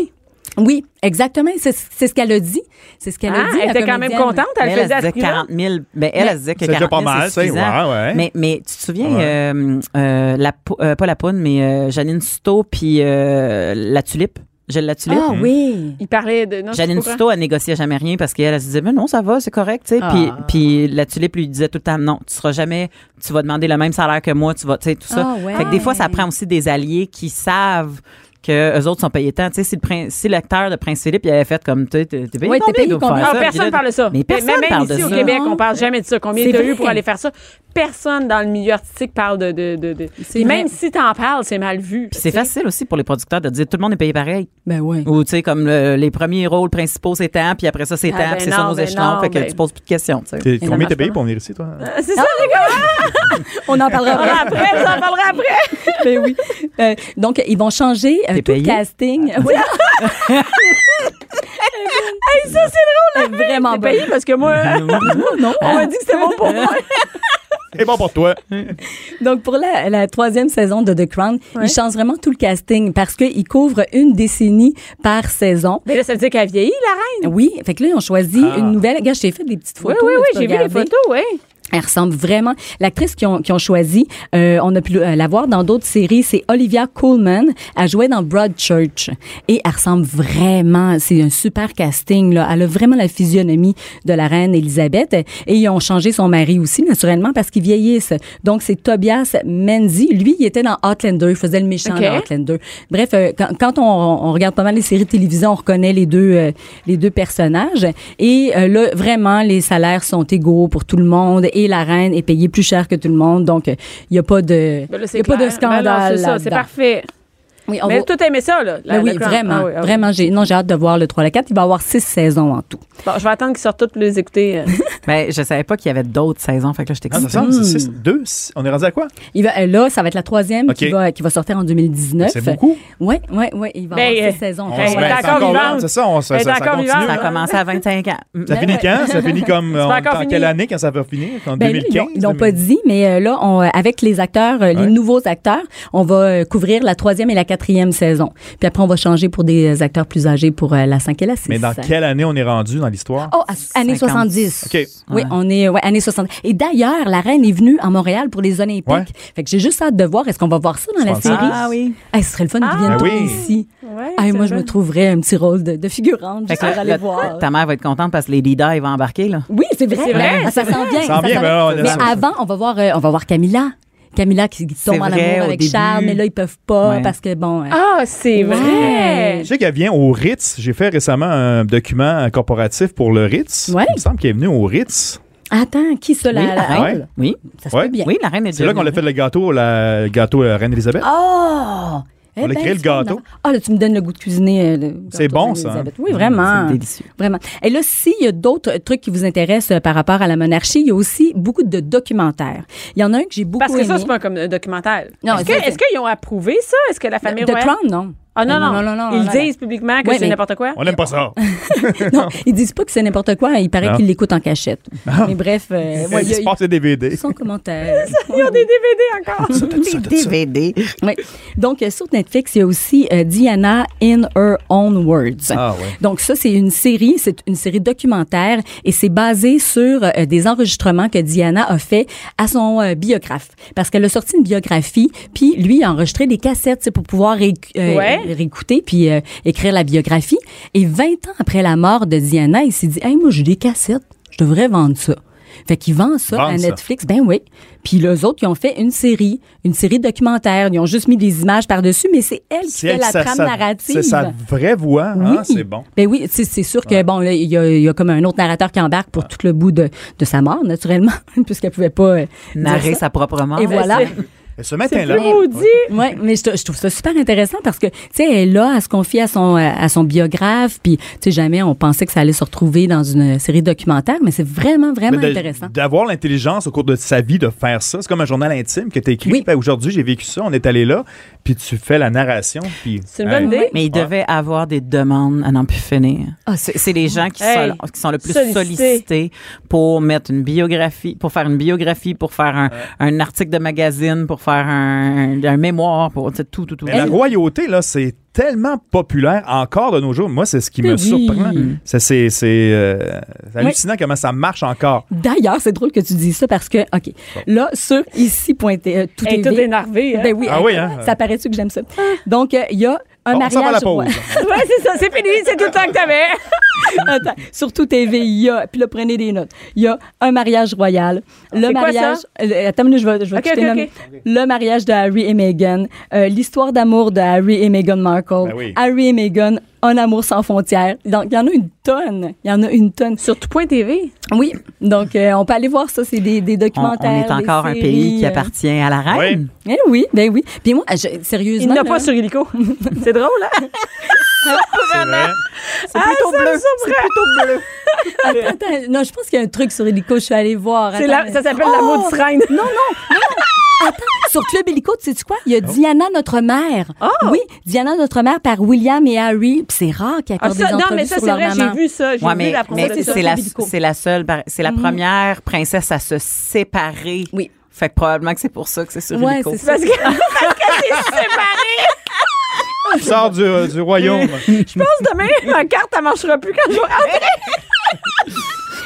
F: Oui, exactement. C'est c'est ce qu'elle a dit. C'est ce qu'elle
C: Ah,
F: a dit.
C: elle
F: la
C: était quand même
F: comédienne.
C: contente, elle, le
D: Elle, elle,
C: faisait à
D: se
C: ce
D: disait
C: prix-là.
D: 40 000. Ben, elle, elle se disait que
E: C'est déjà
D: 40 000,
E: pas mal,
D: c'est
E: tu sais,
D: suffisant.
E: ouais, ouais.
D: Mais, mais tu te souviens,
E: Hein? Ouais.
D: euh, euh, la, pou- euh, pas la poune, mais euh, Janine Souto puis euh, la tulipe. J'ai la tulipe. Mm-hmm.
F: Ah oui.
C: Il parlait de. non, je
D: Janine
C: comprends.
D: Souto, elle négociait jamais rien parce qu'elle elle se disait, mais non, ça va, c'est correct, tu sais. Puis,
F: Ah.
D: puis la tulipe lui disait tout le temps, non, tu seras jamais, tu vas demander le même salaire que moi, tu vas, tu sais, tout ça.
F: Ah ouais.
D: Fait que des fois, ça prend aussi des alliés qui savent que eux autres sont payés tant. Tu sais, si, le prin- si l'acteur de Prince Philippe, il avait fait comme, tu sais, t'es t'es payé
F: Ouais, t'es
D: combien
F: payé
D: de faire
F: combien?
D: ça?
C: Ah,
D: Puis
C: personne
D: là,
C: parle de ça.
D: Mais personne
C: même
D: parle
C: ici
D: de
C: au
D: ça.
C: Québec, on parle jamais de ça. Combien
F: C'est
C: t'as eu
F: vrai.
C: pour aller faire ça? Personne dans le milieu artistique parle de. de, de, de-
F: C'est
C: Puis même
F: vrai.
C: si t'en parles, c'est mal vu.
D: Puis c'est facile aussi pour les producteurs de dire tout le monde est payé pareil.
F: Ben oui.
D: Ou tu sais, comme euh, les premiers rôles principaux, c'est tant, puis après ça, c'est
C: Ah,
D: tant,
C: ben
D: puis c'est ça
C: non,
D: nos
C: ben
D: échelons.
C: non,
D: fait que
C: ben-
D: tu poses plus de questions, tu sais.
E: T'es-
F: ça
E: Combien
C: marche
E: t'es payé
C: pas.
E: pour venir ici, toi?
C: C'est ça, les gars!
F: On en
C: On en
F: parlera
C: parlera après, on en parlera après!
F: après. Ben oui. Euh, donc, ils vont changer euh,
D: T'es
F: tout le
D: payé?
F: casting.
C: Ah.
F: Oui.
C: Ça, c'est drôle, la fille.
F: Vraiment
C: T'es payé parce que moi,
F: Non.
C: on m'a dit que c'était bon pour moi.
E: Et bon pour toi.
F: Donc, pour la, la troisième saison de The Crown, ils changent vraiment tout le casting parce qu'ils couvrent une décennie par saison.
C: Mais là, ça veut dire qu'elle vieillit, la reine.
F: Oui, fait que là, ils ont choisi une nouvelle. Regarde, je t'ai fait des petites
C: Ah. Oui,
F: photos.
C: oui,
F: là,
C: oui,
F: tu peux
C: j'ai vu les
F: regarder.
C: photos, oui.
F: Elle ressemble vraiment. L'actrice qu'ils ont, qu'ils ont choisie, euh, on a pu euh, la voir dans d'autres séries, c'est Olivia Coleman. Elle jouait dans Broadchurch. Et elle ressemble vraiment, c'est un super casting. Là. Elle a vraiment la physionomie de la reine Elisabeth. Et ils ont changé son mari aussi, naturellement, parce qu'ils vieillissent. Donc, c'est Tobias Menzies. Lui, il était dans Outlander. Il faisait le méchant
C: Ok.
F: dans Outlander. Bref, euh, quand, quand on, on regarde pas mal les séries de télévision, on reconnaît les deux, euh, les deux personnages. Et euh, là, vraiment, les salaires sont égaux pour tout le monde et la reine est payée plus cher que tout le monde. Donc, euh, il n'y a pas de,
C: Ben là, c'est
F: y a pas
C: clair.
F: de
C: Ben non, c'est
F: scandale.
C: ça, c'est
F: là-dedans.
C: parfait.
F: Oui, on
C: Mais
F: va-
C: tout aimé ça, là. la-
F: Ben oui,
C: la Crown.
F: vraiment.
C: Ah oui, ah oui.
F: Vraiment, j'ai, non, j'ai hâte de voir le 3 la 4. Il va y avoir six saisons en tout.
C: Bon, je vais attendre qu'ils sortent tous pour les écouter. euh.
D: Mais je savais pas qu'il y avait d'autres saisons, fait que là, j'étais
E: Ah, ça
D: excitée.
E: semble, c'est six- deux. six- On est rendu à quoi?
F: Il va, euh, là, ça va être la troisième qui,
E: Ok. Ben,
F: va, qui va sortir en 2019.
E: C'est beaucoup.
F: Oui, oui, oui. Il va y
C: Ben,
F: avoir
C: euh,
F: six saisons.
C: ben,
F: Ouais.
C: ben,
E: c'est
C: encore vivante.
E: long, C'est ça, on, ça,
C: Elle est
E: ça, ça
C: encore
E: continue.
C: vivante.
D: Ça a
E: là.
D: commencé à 25 ans.
E: Ça finit quand? Ça finit comme
C: pas
E: en
C: encore fini.
E: quelle année quand ça va finir? En
F: Ben, là,
E: 2015?
F: ils l'ont- ils l'ont pas dit, mais euh, là, on, euh, avec les acteurs, euh, les
E: Ouais.
F: nouveaux acteurs, on va euh, couvrir la troisième et la quatrième saison. Puis après, on va changer pour des acteurs plus âgés pour euh, la cinq et la six.
E: Mais dans quelle année on est rendu dans l'histoire?
F: Oh, à- année
D: 50.
F: 70.
E: OK.
F: Oui, on est ouais, année 70. Et d'ailleurs, la reine est venue à Montréal pour les Olympiques.
E: Ouais.
F: Fait que j'ai juste hâte de voir est-ce qu'on va voir ça dans la
E: 70.
F: série.
D: Ah oui.
F: Hey, ce serait le fun qu'ils viennent
E: Ah
F: tous
E: oui.
F: ici.
C: Ouais,
F: Ah,
C: c'est
F: moi, je
C: vrai.
F: me trouverais un petit rôle de, de figurante
D: Fait
F: juste
D: que
F: pour
D: là,
F: aller
D: là,
F: voir.
D: ta mère va être contente parce que Lady Di va embarquer, là.
F: Oui, c'est vrai.
C: C'est vrai,
F: Ah, ça sent bien.
E: Ça sent bien, ben là, on a
F: mais
E: ça.
F: avant, on va voir, euh, on va voir Camilla. Camilla qui, qui tombe en
D: vrai,
F: amour
D: au
F: avec
D: début.
F: Charles, mais là ils peuvent pas
D: Ouais.
F: parce que bon. euh,
C: Ah, c'est
F: Ouais.
C: vrai!
E: Je sais qu'elle vient au Ritz. J'ai fait récemment un document corporatif pour le Ritz.
F: Ouais.
E: Il me semble qu'elle est venue au Ritz.
C: Ah.
F: Attends, qui ça la,
D: oui,
F: la
D: la
F: reine?
D: reine. Oui.
F: Ça se
E: Ah Ouais.
F: peut bien.
D: Oui, la reine est
E: C'est là qu'on a fait le gâteau, la, le gâteau euh, Reine Elisabeth.
F: Oh. Eh
E: On a
F: ben,
E: créé le
F: c'est bon,
E: gâteau.
F: non? Ah là, tu me donnes le goût de cuisiner. euh, le
E: C'est
F: gâteau
E: bon,
F: Reine
E: ça, hein?
F: Élisabeth. Oui, vraiment.
D: C'est délicieux.
F: Vraiment. Et là, s'il y a d'autres trucs qui vous intéressent euh, par rapport à la monarchie, il y a aussi beaucoup de documentaires. Il y en a un que j'ai beaucoup
C: Parce que
F: aimé.
C: ça, c'est pas comme un documentaire.
F: Non,
C: Est-ce que-
F: c'est-
C: est-ce qu'ils ont approuvé ça? Est-ce que la famille
F: The
C: royale...
F: Crown, non.
C: Ah non, non,
F: Non, non, non,
C: Ils
F: non,
C: disent publiquement que
F: Ouais,
C: c'est
F: mais-
C: n'importe quoi.
E: On n'aime pas ça.
F: non, ils disent pas que c'est n'importe quoi. Il paraît
E: Non. Ah.
F: qu'ils l'écoutent en cachette. Mais bref, euh, ouais, il
E: Il
F: y a-
E: se passe des DVD.
F: son commentaire.
C: Ils ont des DVD encore.
D: DVD.
F: Oui. Donc, euh, sur Netflix, il y a aussi euh, Diana in Her Own Words.
E: Ah ouais.
F: Donc, ça, c'est une série, c'est une série documentaire et c'est basé sur euh, des enregistrements que Diana a fait à son euh, biographe. Parce qu'elle a sorti une biographie, puis lui a enregistré des cassettes tu sais, pour pouvoir ré- euh,
C: Ouais.
F: réécouter puis euh, écrire la biographie. Et 20 ans après la mort de Diana, il s'est dit, hey, moi, j'ai des cassettes, je devrais vendre ça. Fait qu'il vend ça
E: Vendre
F: à
E: ça.
F: Netflix. Netflix, ben oui. Puis les autres, ils ont fait une série, une série documentaire. Ils ont juste mis des images par-dessus, mais c'est elle qui
E: C'est
F: fait
E: elle,
F: la
E: ça-
F: trame
E: ça-
F: narrative.
E: C'est sa vraie voix, hein, c'est bon.
F: Ben oui, tu sais, c'est sûr que bon, là, il y, a- il y a comme un autre narrateur qui embarque pour tout le bout de, de sa mort, naturellement, puisqu'elle pouvait pas euh, dire
D: Narrer
F: ça.
D: sa propre mort. Ben,
F: Et voilà.
E: Et ce
C: C'est
E: matin-là,
C: plus maudit.
F: Ouais, mais je, t- je trouve ça super intéressant parce que tu sais elle est là à se confier à son euh, à son biographe puis tu sais jamais on pensait que ça allait se retrouver dans une série documentaire mais c'est vraiment
E: mais
F: vraiment
E: ben, de-
F: intéressant.
E: d'avoir l'intelligence au cours de sa vie de faire ça, c'est comme un journal intime que tu écris.
F: Oui.
E: Ben, Aujourd'hui, j'ai vécu ça, on est allé là, puis tu fais la narration. puis-
C: C'est une bonne
E: Hey.
C: idée.
D: Mais il devait avoir des demandes à n'en plus finir.
F: Ah,
D: C'est c'est les gens qui,
C: Hey,
D: sont, qui sont le plus
C: sollicité.
D: sollicités pour mettre une biographie, pour faire une biographie, pour faire un, un article de magazine, pour faire un, un mémoire, pour tu sais, tout, tout, tout.
E: Mais la royauté, là, c'est tellement populaire encore de nos jours. Moi, c'est ce qui me
F: Oui.
E: surprend. Ça, C'est c'est, euh, c'est
F: Oui.
E: hallucinant comment ça marche encore.
F: D'ailleurs, c'est drôle que tu dis ça parce que, OK, là, sur ici, euh, tout
C: Elle
F: est
C: est toute
F: V.
C: énervée. hein. Ah.
F: Ben oui,
E: Ah oui, hein?
F: ça paraît-tu que j'aime ça? Donc, euh, il y a un
E: Bon, on s'en va à la
F: mariage roi.
E: pause.
C: Ouais, c'est ça. C'est fini. C'est tout le temps que t'avais.
F: Attends, sur tout TV, il y a, puis là, prenez des notes, il y a un mariage royal, le
C: Ah, C'est quoi
F: mariage...
C: ça?
F: euh, attends une minute, je vais, je vais
C: Ok,
F: tout
C: ok,
F: te nommer. Le mariage de Harry et Meghan, euh, l'histoire d'amour de Harry et Meghan Markle,
E: Ben oui.
F: Harry et Meghan, un amour sans frontières. Donc, il y en a une tonne, il y en a une tonne.
C: Sur tout point TV.
F: Oui, donc euh, on peut aller voir ça, c'est des, des
D: On, on
F: documentaires,
D: est
F: des
D: encore un
F: séries,
D: pays qui
F: euh,
D: appartient à la reine.
F: Eh oui, ben oui. Puis moi, je-
C: Il
F: sérieusement.
C: n'a
F: là,
C: pas sur Illico. C'est drôle, hein?
E: C'est vrai.
D: C'est plutôt bleu. C'est plutôt bleu.
F: Attends, attends, non, je pense qu'il y a un truc sur Hélico, je suis allée voir.
C: C'est
F: Attends,
C: la-
F: mais-
C: ça s'appelle
F: Oh!
C: la maudite reine.
F: Non, non, non. Attends, sur Club Hélico, tu sais-tu quoi? Il y a Diana, notre mère.
C: Oh!
F: Oui, Diana, notre mère par William et Harry. Puis c'est rare qu'il
C: Ah,
F: accorde
C: ça,
F: des
C: non,
F: entrevues
C: mais ça,
F: sur
C: c'est
F: leur
C: vrai, j'ai
F: maman.
C: vu ça. J'ai
D: Ouais,
C: vu
D: mais,
C: la
D: mais
C: première
F: c'est
D: c'est
F: Sophie
D: la,
F: Bilico.
D: c'est la seule, par- c'est la première princesse à se séparer.
F: Oui.
D: Fait que probablement que c'est pour ça que c'est sur
F: Ouais,
D: Illico.
F: c'est ça.
C: Parce que parce que c'est séparé.
E: On sort du, euh, du royaume.
C: Je pense demain, ma carte, elle marchera plus quand je ah, vais rentrer.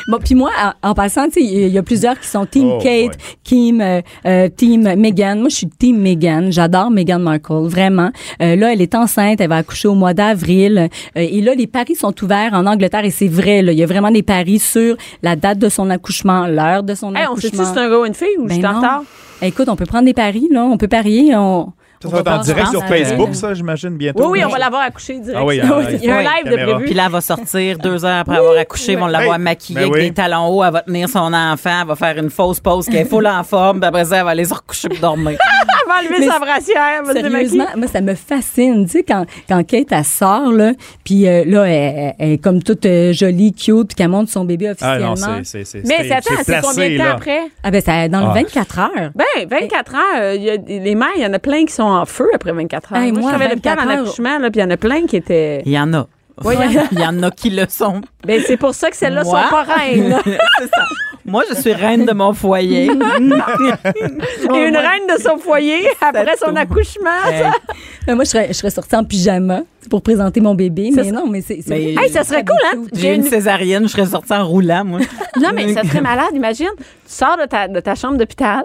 F: Bon, puis moi, en, en passant, tu sais, il y a plusieurs qui sont Team
E: Oh,
F: Kate,
E: ouais.
F: Team, euh, euh, team Meghan. Moi, je suis Team Meghan. J'adore Meghan Markle, vraiment. Euh, là, elle est enceinte, elle va accoucher au mois d'avril. Euh, et là, les paris sont ouverts en Angleterre et c'est vrai. Là, il y a vraiment des paris sur la date de son accouchement, l'heure de son
C: Hey, on sait-tu
F: accouchement.
C: si c'est un gars ou une fille ou je
F: Ben
C: suis en
F: non.
C: retard?
F: Écoute, on peut prendre des paris, là. On peut parier. On,
E: Ça
F: on
E: va être
F: va
E: en
F: pas
E: direct
F: en
E: sur
F: France, euh,
E: Facebook, ça, j'imagine, bientôt.
C: Oui, oui,
F: Ben-
C: on va l'avoir accouché direct.
E: Ah oui,
C: il
E: ah oui.
C: y a un
D: Oui.
C: live
E: Caméra.
C: de prévu.
D: Puis là, elle va sortir deux heures après avoir accouché, ils vont l'avoir
E: Hey,
D: maquillée
E: ben
D: avec
E: oui.
D: des talons hauts, elle va tenir son enfant, elle va faire une fausse pause qu'elle est full en forme, puis après ça, elle va aller se recoucher pour dormir.
C: Elle va enlever
F: Mais
C: sa brassière, elle va se démaquiller.
F: Sérieusement, moi, ça me fascine. Tu sais, quand, quand Kate, elle sort, là, puis euh, là, elle, elle- elle est comme toute euh, jolie, cute, puis qu'elle montre son bébé
E: Ah non,
F: officiellement.
E: c'est- c'est. c'est-
C: Mais c'est- attends, c'est
E: placé,
C: combien de temps
E: là.
C: après?
F: Ah ben ça dans le
E: Ah.
F: 24 heures.
C: Ben, 24 ans, euh, il y a, les mères, il y en a plein qui sont en feu après 24 heures.
F: Hey,
C: moi,
F: moi,
C: je travaillais à l'hôpital en
F: 24 heures.
C: accouchement, là, puis il y en a plein qui étaient...
D: Il y en a.
C: Oui, il y en a.
D: Il y en a qui le sont.
C: Ben, c'est pour ça que celles-là sont
D: Moi?
C: pas reines. là.
D: C'est ça. Moi, je suis reine de mon foyer. Euh,
C: Et une reine de son foyer après son
D: tout.
C: accouchement.
D: Hey,
F: Euh, moi je serais, je serais sortie en pyjama pour présenter mon bébé, mais non, mais c'est c'est-
D: Mais-
C: Hey, ça serait cool, hein?
D: J'ai une césarienne, je serais sortie en roulant, moi.
C: Non, mais ça serait malade, imagine. Tu sors de ta, de ta chambre d'hôpital,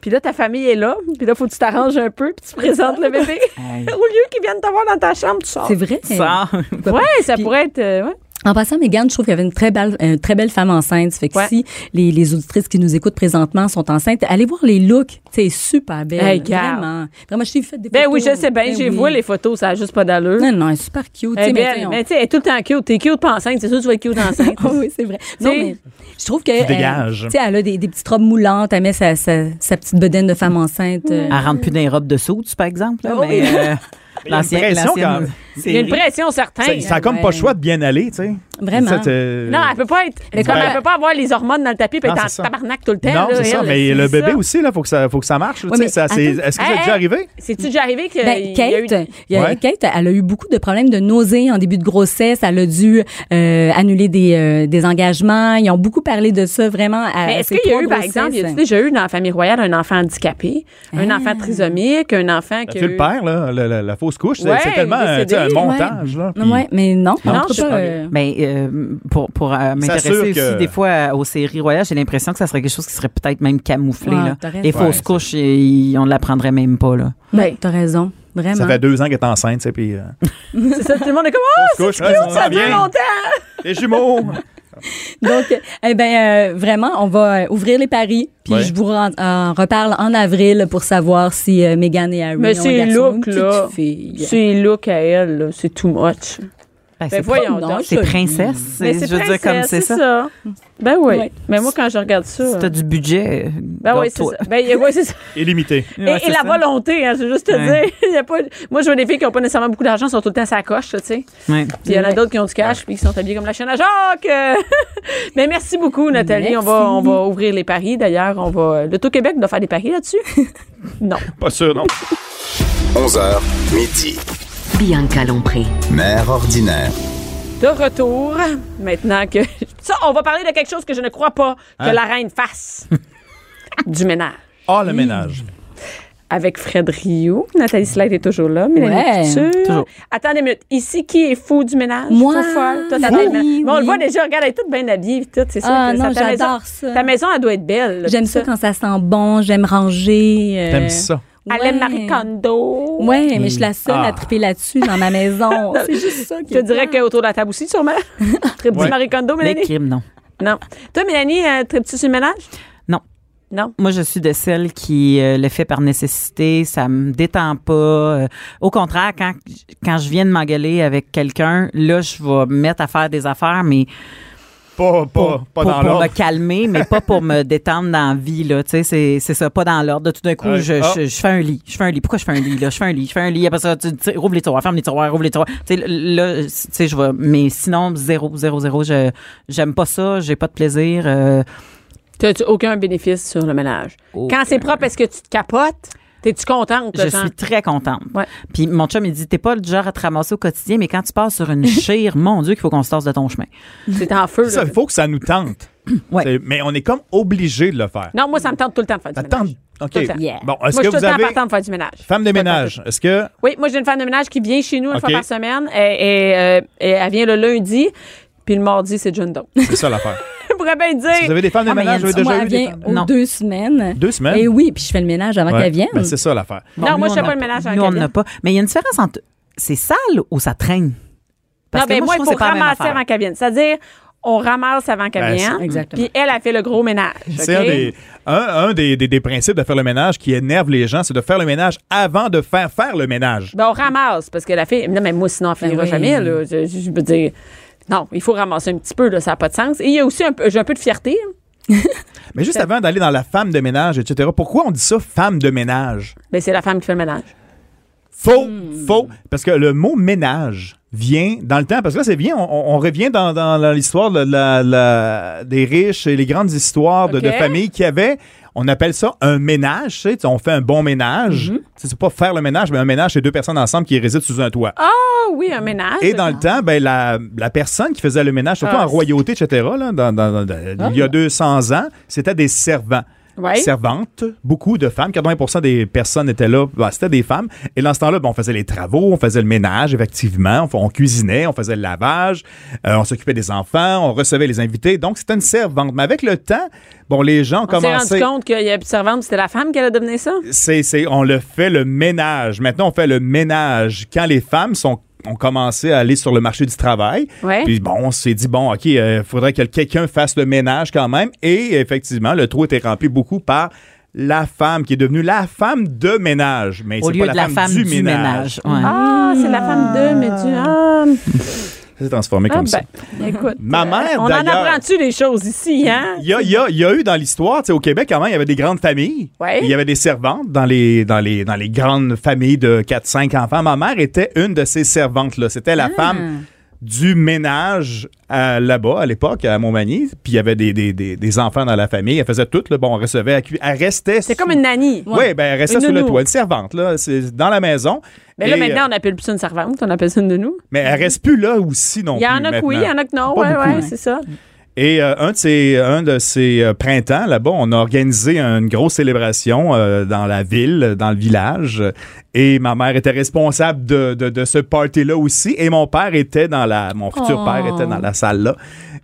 C: puis là, ta famille est là, puis là, faut que tu t'arranges un peu, puis tu présentes le bébé.
D: Hey.
C: Au lieu qu'ils viennent te voir dans ta chambre, tu sors.
F: c'est vrai.
D: Ça.
C: Ouais, ça
F: Puis-
C: pourrait être. euh, ouais.
F: En passant, Mégane, je trouve qu'il y avait une très belle, une très belle femme enceinte. Ça Fait que
C: Ouais.
F: si les, les auditrices qui nous écoutent présentement sont enceintes, allez voir les looks. C'est super belle.
C: Hey, garde.
F: vraiment. Vraiment, je t'ai fait des
C: Ben
F: photos.
C: oui, je sais bien, j'ai
F: oui.
C: vu les photos, ça a juste pas d'allure.
F: Non, non, elle est super cute.
C: Elle
F: tu
C: est
F: sais, mais tu
C: belle,
F: sais, on-
C: mais tu sais, elle est tout le temps cute. T'es cute pas enceinte, c'est sûr que tu vas être cute enceinte.
F: Ah oui, c'est vrai. Non,
C: sais-
F: mais je trouve que. euh,
E: dégages.
F: Tu sais, elle a des, des petites robes moulantes, elle met sa, sa, sa petite bedaine de femme enceinte. euh,
C: Ah.
D: Elle rentre plus dans les robes de soutes, par exemple. là,
F: Oh oui.
D: mais, euh,
E: il y a une
D: l'ancien-
E: pression
D: l'ancienne
E: quand même.
C: Il y a une
D: série.
C: pression certaine.
E: Ça ça a comme pas le choix de bien aller, tu sais.
F: Vraiment.
E: Ça te-
C: Non, elle peut pas être.
F: Mais
C: comme
F: comme-
C: elle peut pas avoir les hormones dans le tapis et
E: Non,
C: être
E: c'est ça.
C: en tabarnak tout le temps. là,
E: Non, c'est ça,
C: elle,
E: mais
C: c'est
E: le bébé
C: ça.
E: aussi, là, faut que ça, faut que ça marche. là,
F: Ouais,
E: tu sais,
F: mais
E: ça, c'est- Est-ce
F: attends.
E: que ça
C: Hey,
E: t'est déjà
C: hey,
E: arrivé?
C: C'est-tu déjà arrivé que.
F: Ben,
C: il y a eu-
F: Kate, il y a-
E: Ouais.
F: Kate, elle a eu beaucoup de problèmes de nausées en début de grossesse. Elle a dû euh, annuler des, euh, des engagements. Ils ont beaucoup parlé de ça vraiment. À,
C: Mais est-ce
F: ces
C: qu'il y a
F: trois
C: eu, par
F: grossesses.
C: exemple, y a déjà eu dans la famille royale un enfant handicapé, un enfant trisomique, un
D: Ben,
C: enfant qui.
E: Tu le perds, là, la, la- la fausse couche. c'est-
C: Ouais,
E: c'est tellement
C: il est
E: euh, tu sais, un
C: décédé.
E: montage. Là, puis-
F: Ouais, mais non.
E: Non,
F: en tout
C: je-
F: cas, euh,
D: Mais euh, pour, pour euh, m'intéresser
E: S'assure
D: aussi
E: que-
D: des fois euh, aux séries royales, j'ai l'impression que ça serait quelque chose qui serait peut-être même camouflé.
F: Ouais,
D: là.
F: t'as raison.
D: Les fausses
E: Ouais,
D: couches, ils- on ne l'apprendrait même pas. Là.
F: ouais, t'as raison. Vraiment.
E: Ça fait deux ans qu'elle est enceinte, tu sais, puis... euh,
C: C'est ça, tout le monde est comme Oh,
E: fausse
D: Ben,
E: couche, ouais,
C: Ah, ça dure
E: vient.
C: longtemps!
E: Les jumeaux!
F: Donc, euh, eh ben, euh, vraiment, on va euh, ouvrir les paris. Puis
E: Ouais.
F: je vous ren- en reparle en avril pour savoir si euh, Meghan et Harry
C: Mais
F: ont
C: ces
F: un garçon ou une
C: looks,
F: petite
C: là,
F: fille.
C: C'est look à elle, là, c'est too much.
D: Ben,
C: Ben
D: c'est
C: voyons
D: pas-
C: donc.
D: C'est princesse. c'est-
C: Mais
D: Je veux dire,
C: Ben, princesse,
D: comme c'est ça.
C: Ben oui.
F: Ouais.
C: Mais moi, quand je regarde ça.
D: Si tu as du budget, euh,
C: Ben oui, c'est
D: garde-toi.
C: ça. Ben y- ouais, c'est ça.
E: Illimité.
C: Et,
D: Ouais,
C: et
D: c'est
C: la
D: ça.
C: volonté, hein, je veux juste te
D: Ouais.
C: dire. il y a pas, moi, je vois des filles qui n'ont pas nécessairement beaucoup d'argent, sont tout le temps à coche, tu sais.
D: Ouais.
C: Puis il y en a d'autres qui ont du cash, puis qui sont habillés comme la chaîne à Jacques. Euh, Mais merci beaucoup, Nathalie. On, va, on va ouvrir les paris. D'ailleurs, on va. Le Québec doit faire des paris là-dessus. non.
E: Pas sûr, non?
B: 11h, midi.
A: Bianca Lompré.
B: Mère ordinaire.
C: De retour, maintenant que. Ça, on va parler de quelque chose que je ne crois pas que
F: Hein?
C: la reine fasse du ménage.
E: Ah, le ménage.
C: Avec Fred Rioux. Nathalie Slide est toujours là. Mélanie
F: Ouais,
C: Couture.
D: toujours.
C: Attendez une minute. Ici, qui est fou du ménage?
F: Moi,
C: Faux folle. Toi, t'as
F: oui,
C: ta mère. Mais on le
F: oui.
C: voit déjà. Regarde, elle est toute bien habillée. puis Tout, c'est sûr
F: Ah
C: que
F: non,
C: ta maison-
F: j'adore ça.
C: Ta maison, elle doit être belle. là,
F: J'aime
C: puis
F: ça quand ça sent bon, j'aime ranger. euh,
E: T'aimes ça?
C: Elle aime Marie Kondo.
F: Ouais, mais je suis la seule
E: Ah.
F: à triper là-dessus dans ma maison. C'est juste ça qui
C: Euh, Je te
F: est
C: dirais
F: plate.
C: qu'autour de la table aussi, sûrement. Très petit
E: Ouais.
C: Marie Kondo,
D: Les
C: Mélanie.
D: crimes, non.
C: Non. Toi, Mélanie, euh, très petit sur le ménage?
D: Non.
C: Non.
D: Moi, je suis de celle qui euh, le fait par nécessité. Ça me détend pas. Euh, au contraire, quand, quand je viens de m'engueuler avec quelqu'un, là, je vais me mettre à faire des affaires, mais
E: Pas, pas, pas
D: pour,
E: dans
D: pour
E: l'ordre.
D: me calmer, mais pas pour me détendre dans la vie. Là, tu sais, c'est, c'est ça, pas dans l'ordre. Tout d'un coup,
E: Ouais.
D: je,
E: Ah.
D: je, je fais un lit. Je fais un lit. Pourquoi je fais un lit? Là? Je fais un lit. Je fais un lit. Après ça, tu, tu sais, rouvre les tiroirs, ferme les tiroirs, rouvre les tiroirs. Tu sais, là, tu sais, je vais. Mais sinon, zéro, zéro, zéro. Je, j'aime pas ça. J'ai pas de plaisir. euh,
C: T'as tu aucun bénéfice sur le ménage.
D: Aucun.
C: Quand c'est propre, est-ce que tu te capotes? T'es-tu contente?
D: Je
C: genre?
D: suis très contente.
C: Ouais.
D: Puis mon chum, il dit T'es pas le genre à te ramasser au quotidien, mais quand tu passes sur une chire, mon Dieu, qu'il faut qu'on se tasse de ton chemin.
C: T'es en feu.
E: C'est ça,
C: là.
E: Il faut que ça nous tente.
D: Ouais.
E: C'est- Mais on est comme obligé de le faire.
C: Non, moi, ça me tente tout le temps de faire du
E: Ça
C: ménage.
E: tente.
C: Tout le
E: OK.
C: temps.
F: Yeah.
E: Bon, est-ce
C: Moi,
E: que
C: je suis
E: vous
C: tout le temps
E: avez...
C: partant de faire du ménage.
E: Femme de ménage, est-ce que...
C: Oui, moi, j'ai une femme de ménage qui vient chez nous une
E: OK.
C: fois par semaine. Et, et, euh, et elle vient le lundi, puis le mardi, c'est John Doe. Je
E: C'est ça l'affaire.
C: pourrais bien
E: Si vous
C: dire.
E: avez des femmes de
D: Ah, mais
E: ménage,
D: il y
E: vous
D: a du-
E: avez déjà eu
F: Moi, elle
E: des
F: vient
E: femmes-
F: aux
D: Non.
F: deux semaines.
E: Deux semaines?
F: Et oui, puis je fais le ménage avant
E: Ouais.
F: qu'elle vienne.
E: Ben, c'est ça l'affaire.
C: Non, moi,
D: nous,
C: je fais
D: on
C: pas
D: a-
C: le ménage en
D: Nous, on
C: cabine.
D: n'a pas. Mais il y a une différence entre c'est sale ou ça traîne. Parce
C: non, ben
D: que
C: moi,
D: je
C: il
D: trouve
C: faut
D: que c'est pas la même
C: ramasser
D: affaire.
C: avant qu'elle vienne. C'est-à-dire, on ramasse avant qu'elle
E: Ben,
C: vienne.
E: c'est-
F: Exactement.
C: Puis elle a fait le gros ménage.
E: C'est
C: OK?
E: un, des, un, un des, des- des principes de faire le ménage qui énerve les gens, c'est de faire le ménage avant de faire faire le ménage.
C: Ben, on ramasse, parce que la fille. Non, mais moi, sinon,
D: Ben
C: on finira
F: oui.
C: jamais, là. Je, je veux dire. Non, il faut ramasser un petit peu, là, ça n'a pas de sens. Et il y a aussi un peu, j'ai un peu de fierté. hein.
E: Mais juste avant d'aller dans la femme de ménage, etc., pourquoi on dit ça, femme de ménage?
C: Ben, c'est la femme qui fait le ménage.
E: Faux,
C: Hmm.
E: faux. Parce que le mot ménage vient dans le temps, parce que là, c'est bien, on, on- on revient dans, dans la- l'histoire de la- la- des riches et les grandes histoires de, de
C: Ok.
E: familles qui avaient. On appelle ça un ménage, tu sais, on fait un bon ménage.
C: Mm-hmm.
E: Tu sais, C'est pas faire le ménage, mais un ménage, c'est deux personnes ensemble qui résident sous un toit.
C: Ah oui, un ménage.
E: Et dans le temps, ben, la, la personne qui faisait le ménage, surtout
C: Ah,
E: en royauté, etc., là, dans- dans- dans- il y a 200 ans, c'était des servants.
C: Ouais.
E: Servantes, beaucoup de femmes. 80 des personnes étaient là, ben, c'était des femmes. Et dans ce temps-là, ben, on faisait les travaux, on faisait le ménage, effectivement, on, fa- on cuisinait, on faisait le lavage, euh, on s'occupait des enfants, on recevait les invités. Donc, c'était une servante. Mais avec le temps, bon, les gens ont
C: On s'est
E: commencé
C: rendu compte qu'il y a une servante, c'était la femme qui allait devenir ça.
E: c'est, c'est- on le fait le ménage. Maintenant, on fait le ménage quand les femmes sont ont commencé à aller sur le marché du travail.
C: Ouais.
E: Puis bon, on s'est dit, bon, OK, il faudrait que quelqu'un fasse le ménage quand même. Et effectivement, le trou était rempli beaucoup par la femme qui est devenue la femme de ménage. Mais
D: Au
E: c'est
D: lieu
E: pas
D: de la femme du ménage.
E: Mm.
D: Ouais.
C: Ah, c'est la femme de, mais du. Ah,
E: Ça s'est transformé
C: ah
E: comme ça.
C: ben, écoute.
D: euh,
E: Ma mère,
C: On en
E: d'ailleurs-
C: apprend-tu des choses ici, hein?
E: Il y, a, il y a- il y a eu dans l'histoire, tu sais, au Québec, avant, il y avait des grandes familles.
C: Ouais.
E: Il y avait des servantes dans les, dans les, dans les
C: Ah.
E: grandes familles de 4-5 enfants. Ma mère était une de ces servantes-là. C'était la femme du ménage à- là-bas, à l'époque, à Montmagny. Puis il y avait des, des, des, des enfants dans la famille. Elle faisait tout. Là, bon, on recevait, elle, cu- elle restait.
C: C'est comme une nanny.
E: Oui, ben, elle restait
C: Une
E: sous le
C: nounou.
E: toit, une servante, là, c'est dans la maison.
C: Mais là,
E: Et, euh,
C: maintenant, on n'appelle plus ça une servante, on appelle ça une nounou.
E: Mais elle reste plus là aussi non
C: Il y en
E: plus
C: a que oui, il y en a que
E: maintenant.
C: non.
E: Pas
C: Oui,
E: beaucoup.
C: oui, c'est ça. Mm-hmm.
E: Et euh, un de ces, un de ces euh, printemps, là-bas, on a organisé une grosse célébration euh, dans la ville, dans le village. Et ma mère était responsable de, de, de ce party-là aussi. Et mon père était dans la... Mon futur
F: Oh.
E: père était dans la salle-là.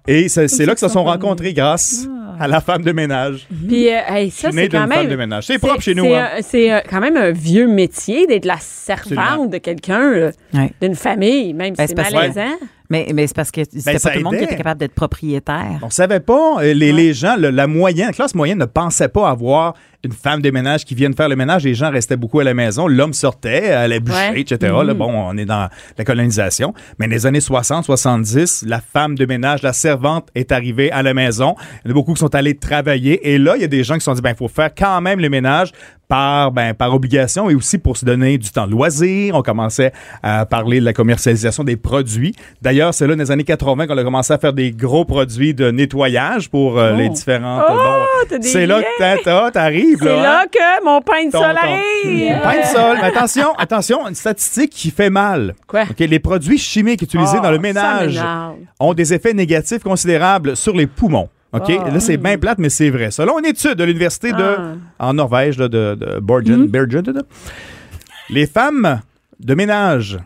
E: Et c'est c'est là que se sont rencontrés grâce à la femme de ménage.
C: Puis, euh, hey,
E: Je
C: ça,
E: suis né
C: c'est
E: d'une
C: quand
E: femme de
C: même.
E: ménage. C'est propre chez nous.
C: c'est
E: hein.
C: un- C'est euh, quand même un vieux métier d'être la servante
E: Absolument.
C: de quelqu'un, euh,
D: Ouais.
C: d'une famille, même si
D: Ben,
C: c'est
D: c'est parce que-
C: malaisant.
D: Mais, mais c'est parce que c'était
E: Ben, ça
D: pas tout le monde qui
E: aidait.
D: était capable d'être propriétaire.
E: On savait pas. euh, Les, les gens, le- la moyenne, la classe moyenne ne pensait pas avoir une femme de ménage qui vienne faire le ménage. Les gens restaient beaucoup à la maison. L'homme sortait, allait boucher,
C: Ouais.
E: etc. Là, bon, on est dans la colonisation. Mais dans les années 60, 70, la femme de ménage, la servante est arrivée à la maison. Il y en a beaucoup qui sont allés travailler. Et là, il y a des gens qui se sont dit, ben, il faut faire quand même le ménage par, ben, par obligation et aussi pour se donner du temps de loisir. On commençait à parler de la commercialisation des produits. D'ailleurs, c'est là, dans les années 80, qu'on a commencé à faire des gros produits de nettoyage pour euh, les différentes.
C: Oh,
E: bon,
C: t'as des
E: c'est là que
C: liens.
E: t'as- t'as- t'arrives.
C: C'est
E: hein?
C: là que mon pain de euh,
E: Ton-
C: sol
E: ton-
C: arrive.
E: Pain de sol. Mais attention, attention, une statistique qui fait mal.
C: Quoi?
E: OK, les produits chimiques utilisés
C: Oh,
F: Ah,
E: dans le
C: ça
E: ménage
C: m'énerve.
E: ont des effets négatifs considérables sur les poumons. OK?
F: Ah.
E: là, c'est bien plate, mais c'est vrai. Selon une étude de l'université de,
F: Ah.
E: en Norvège, là, de, de Bergen,
F: Mm-hmm.
E: Bergen, là, là, les femmes de ménage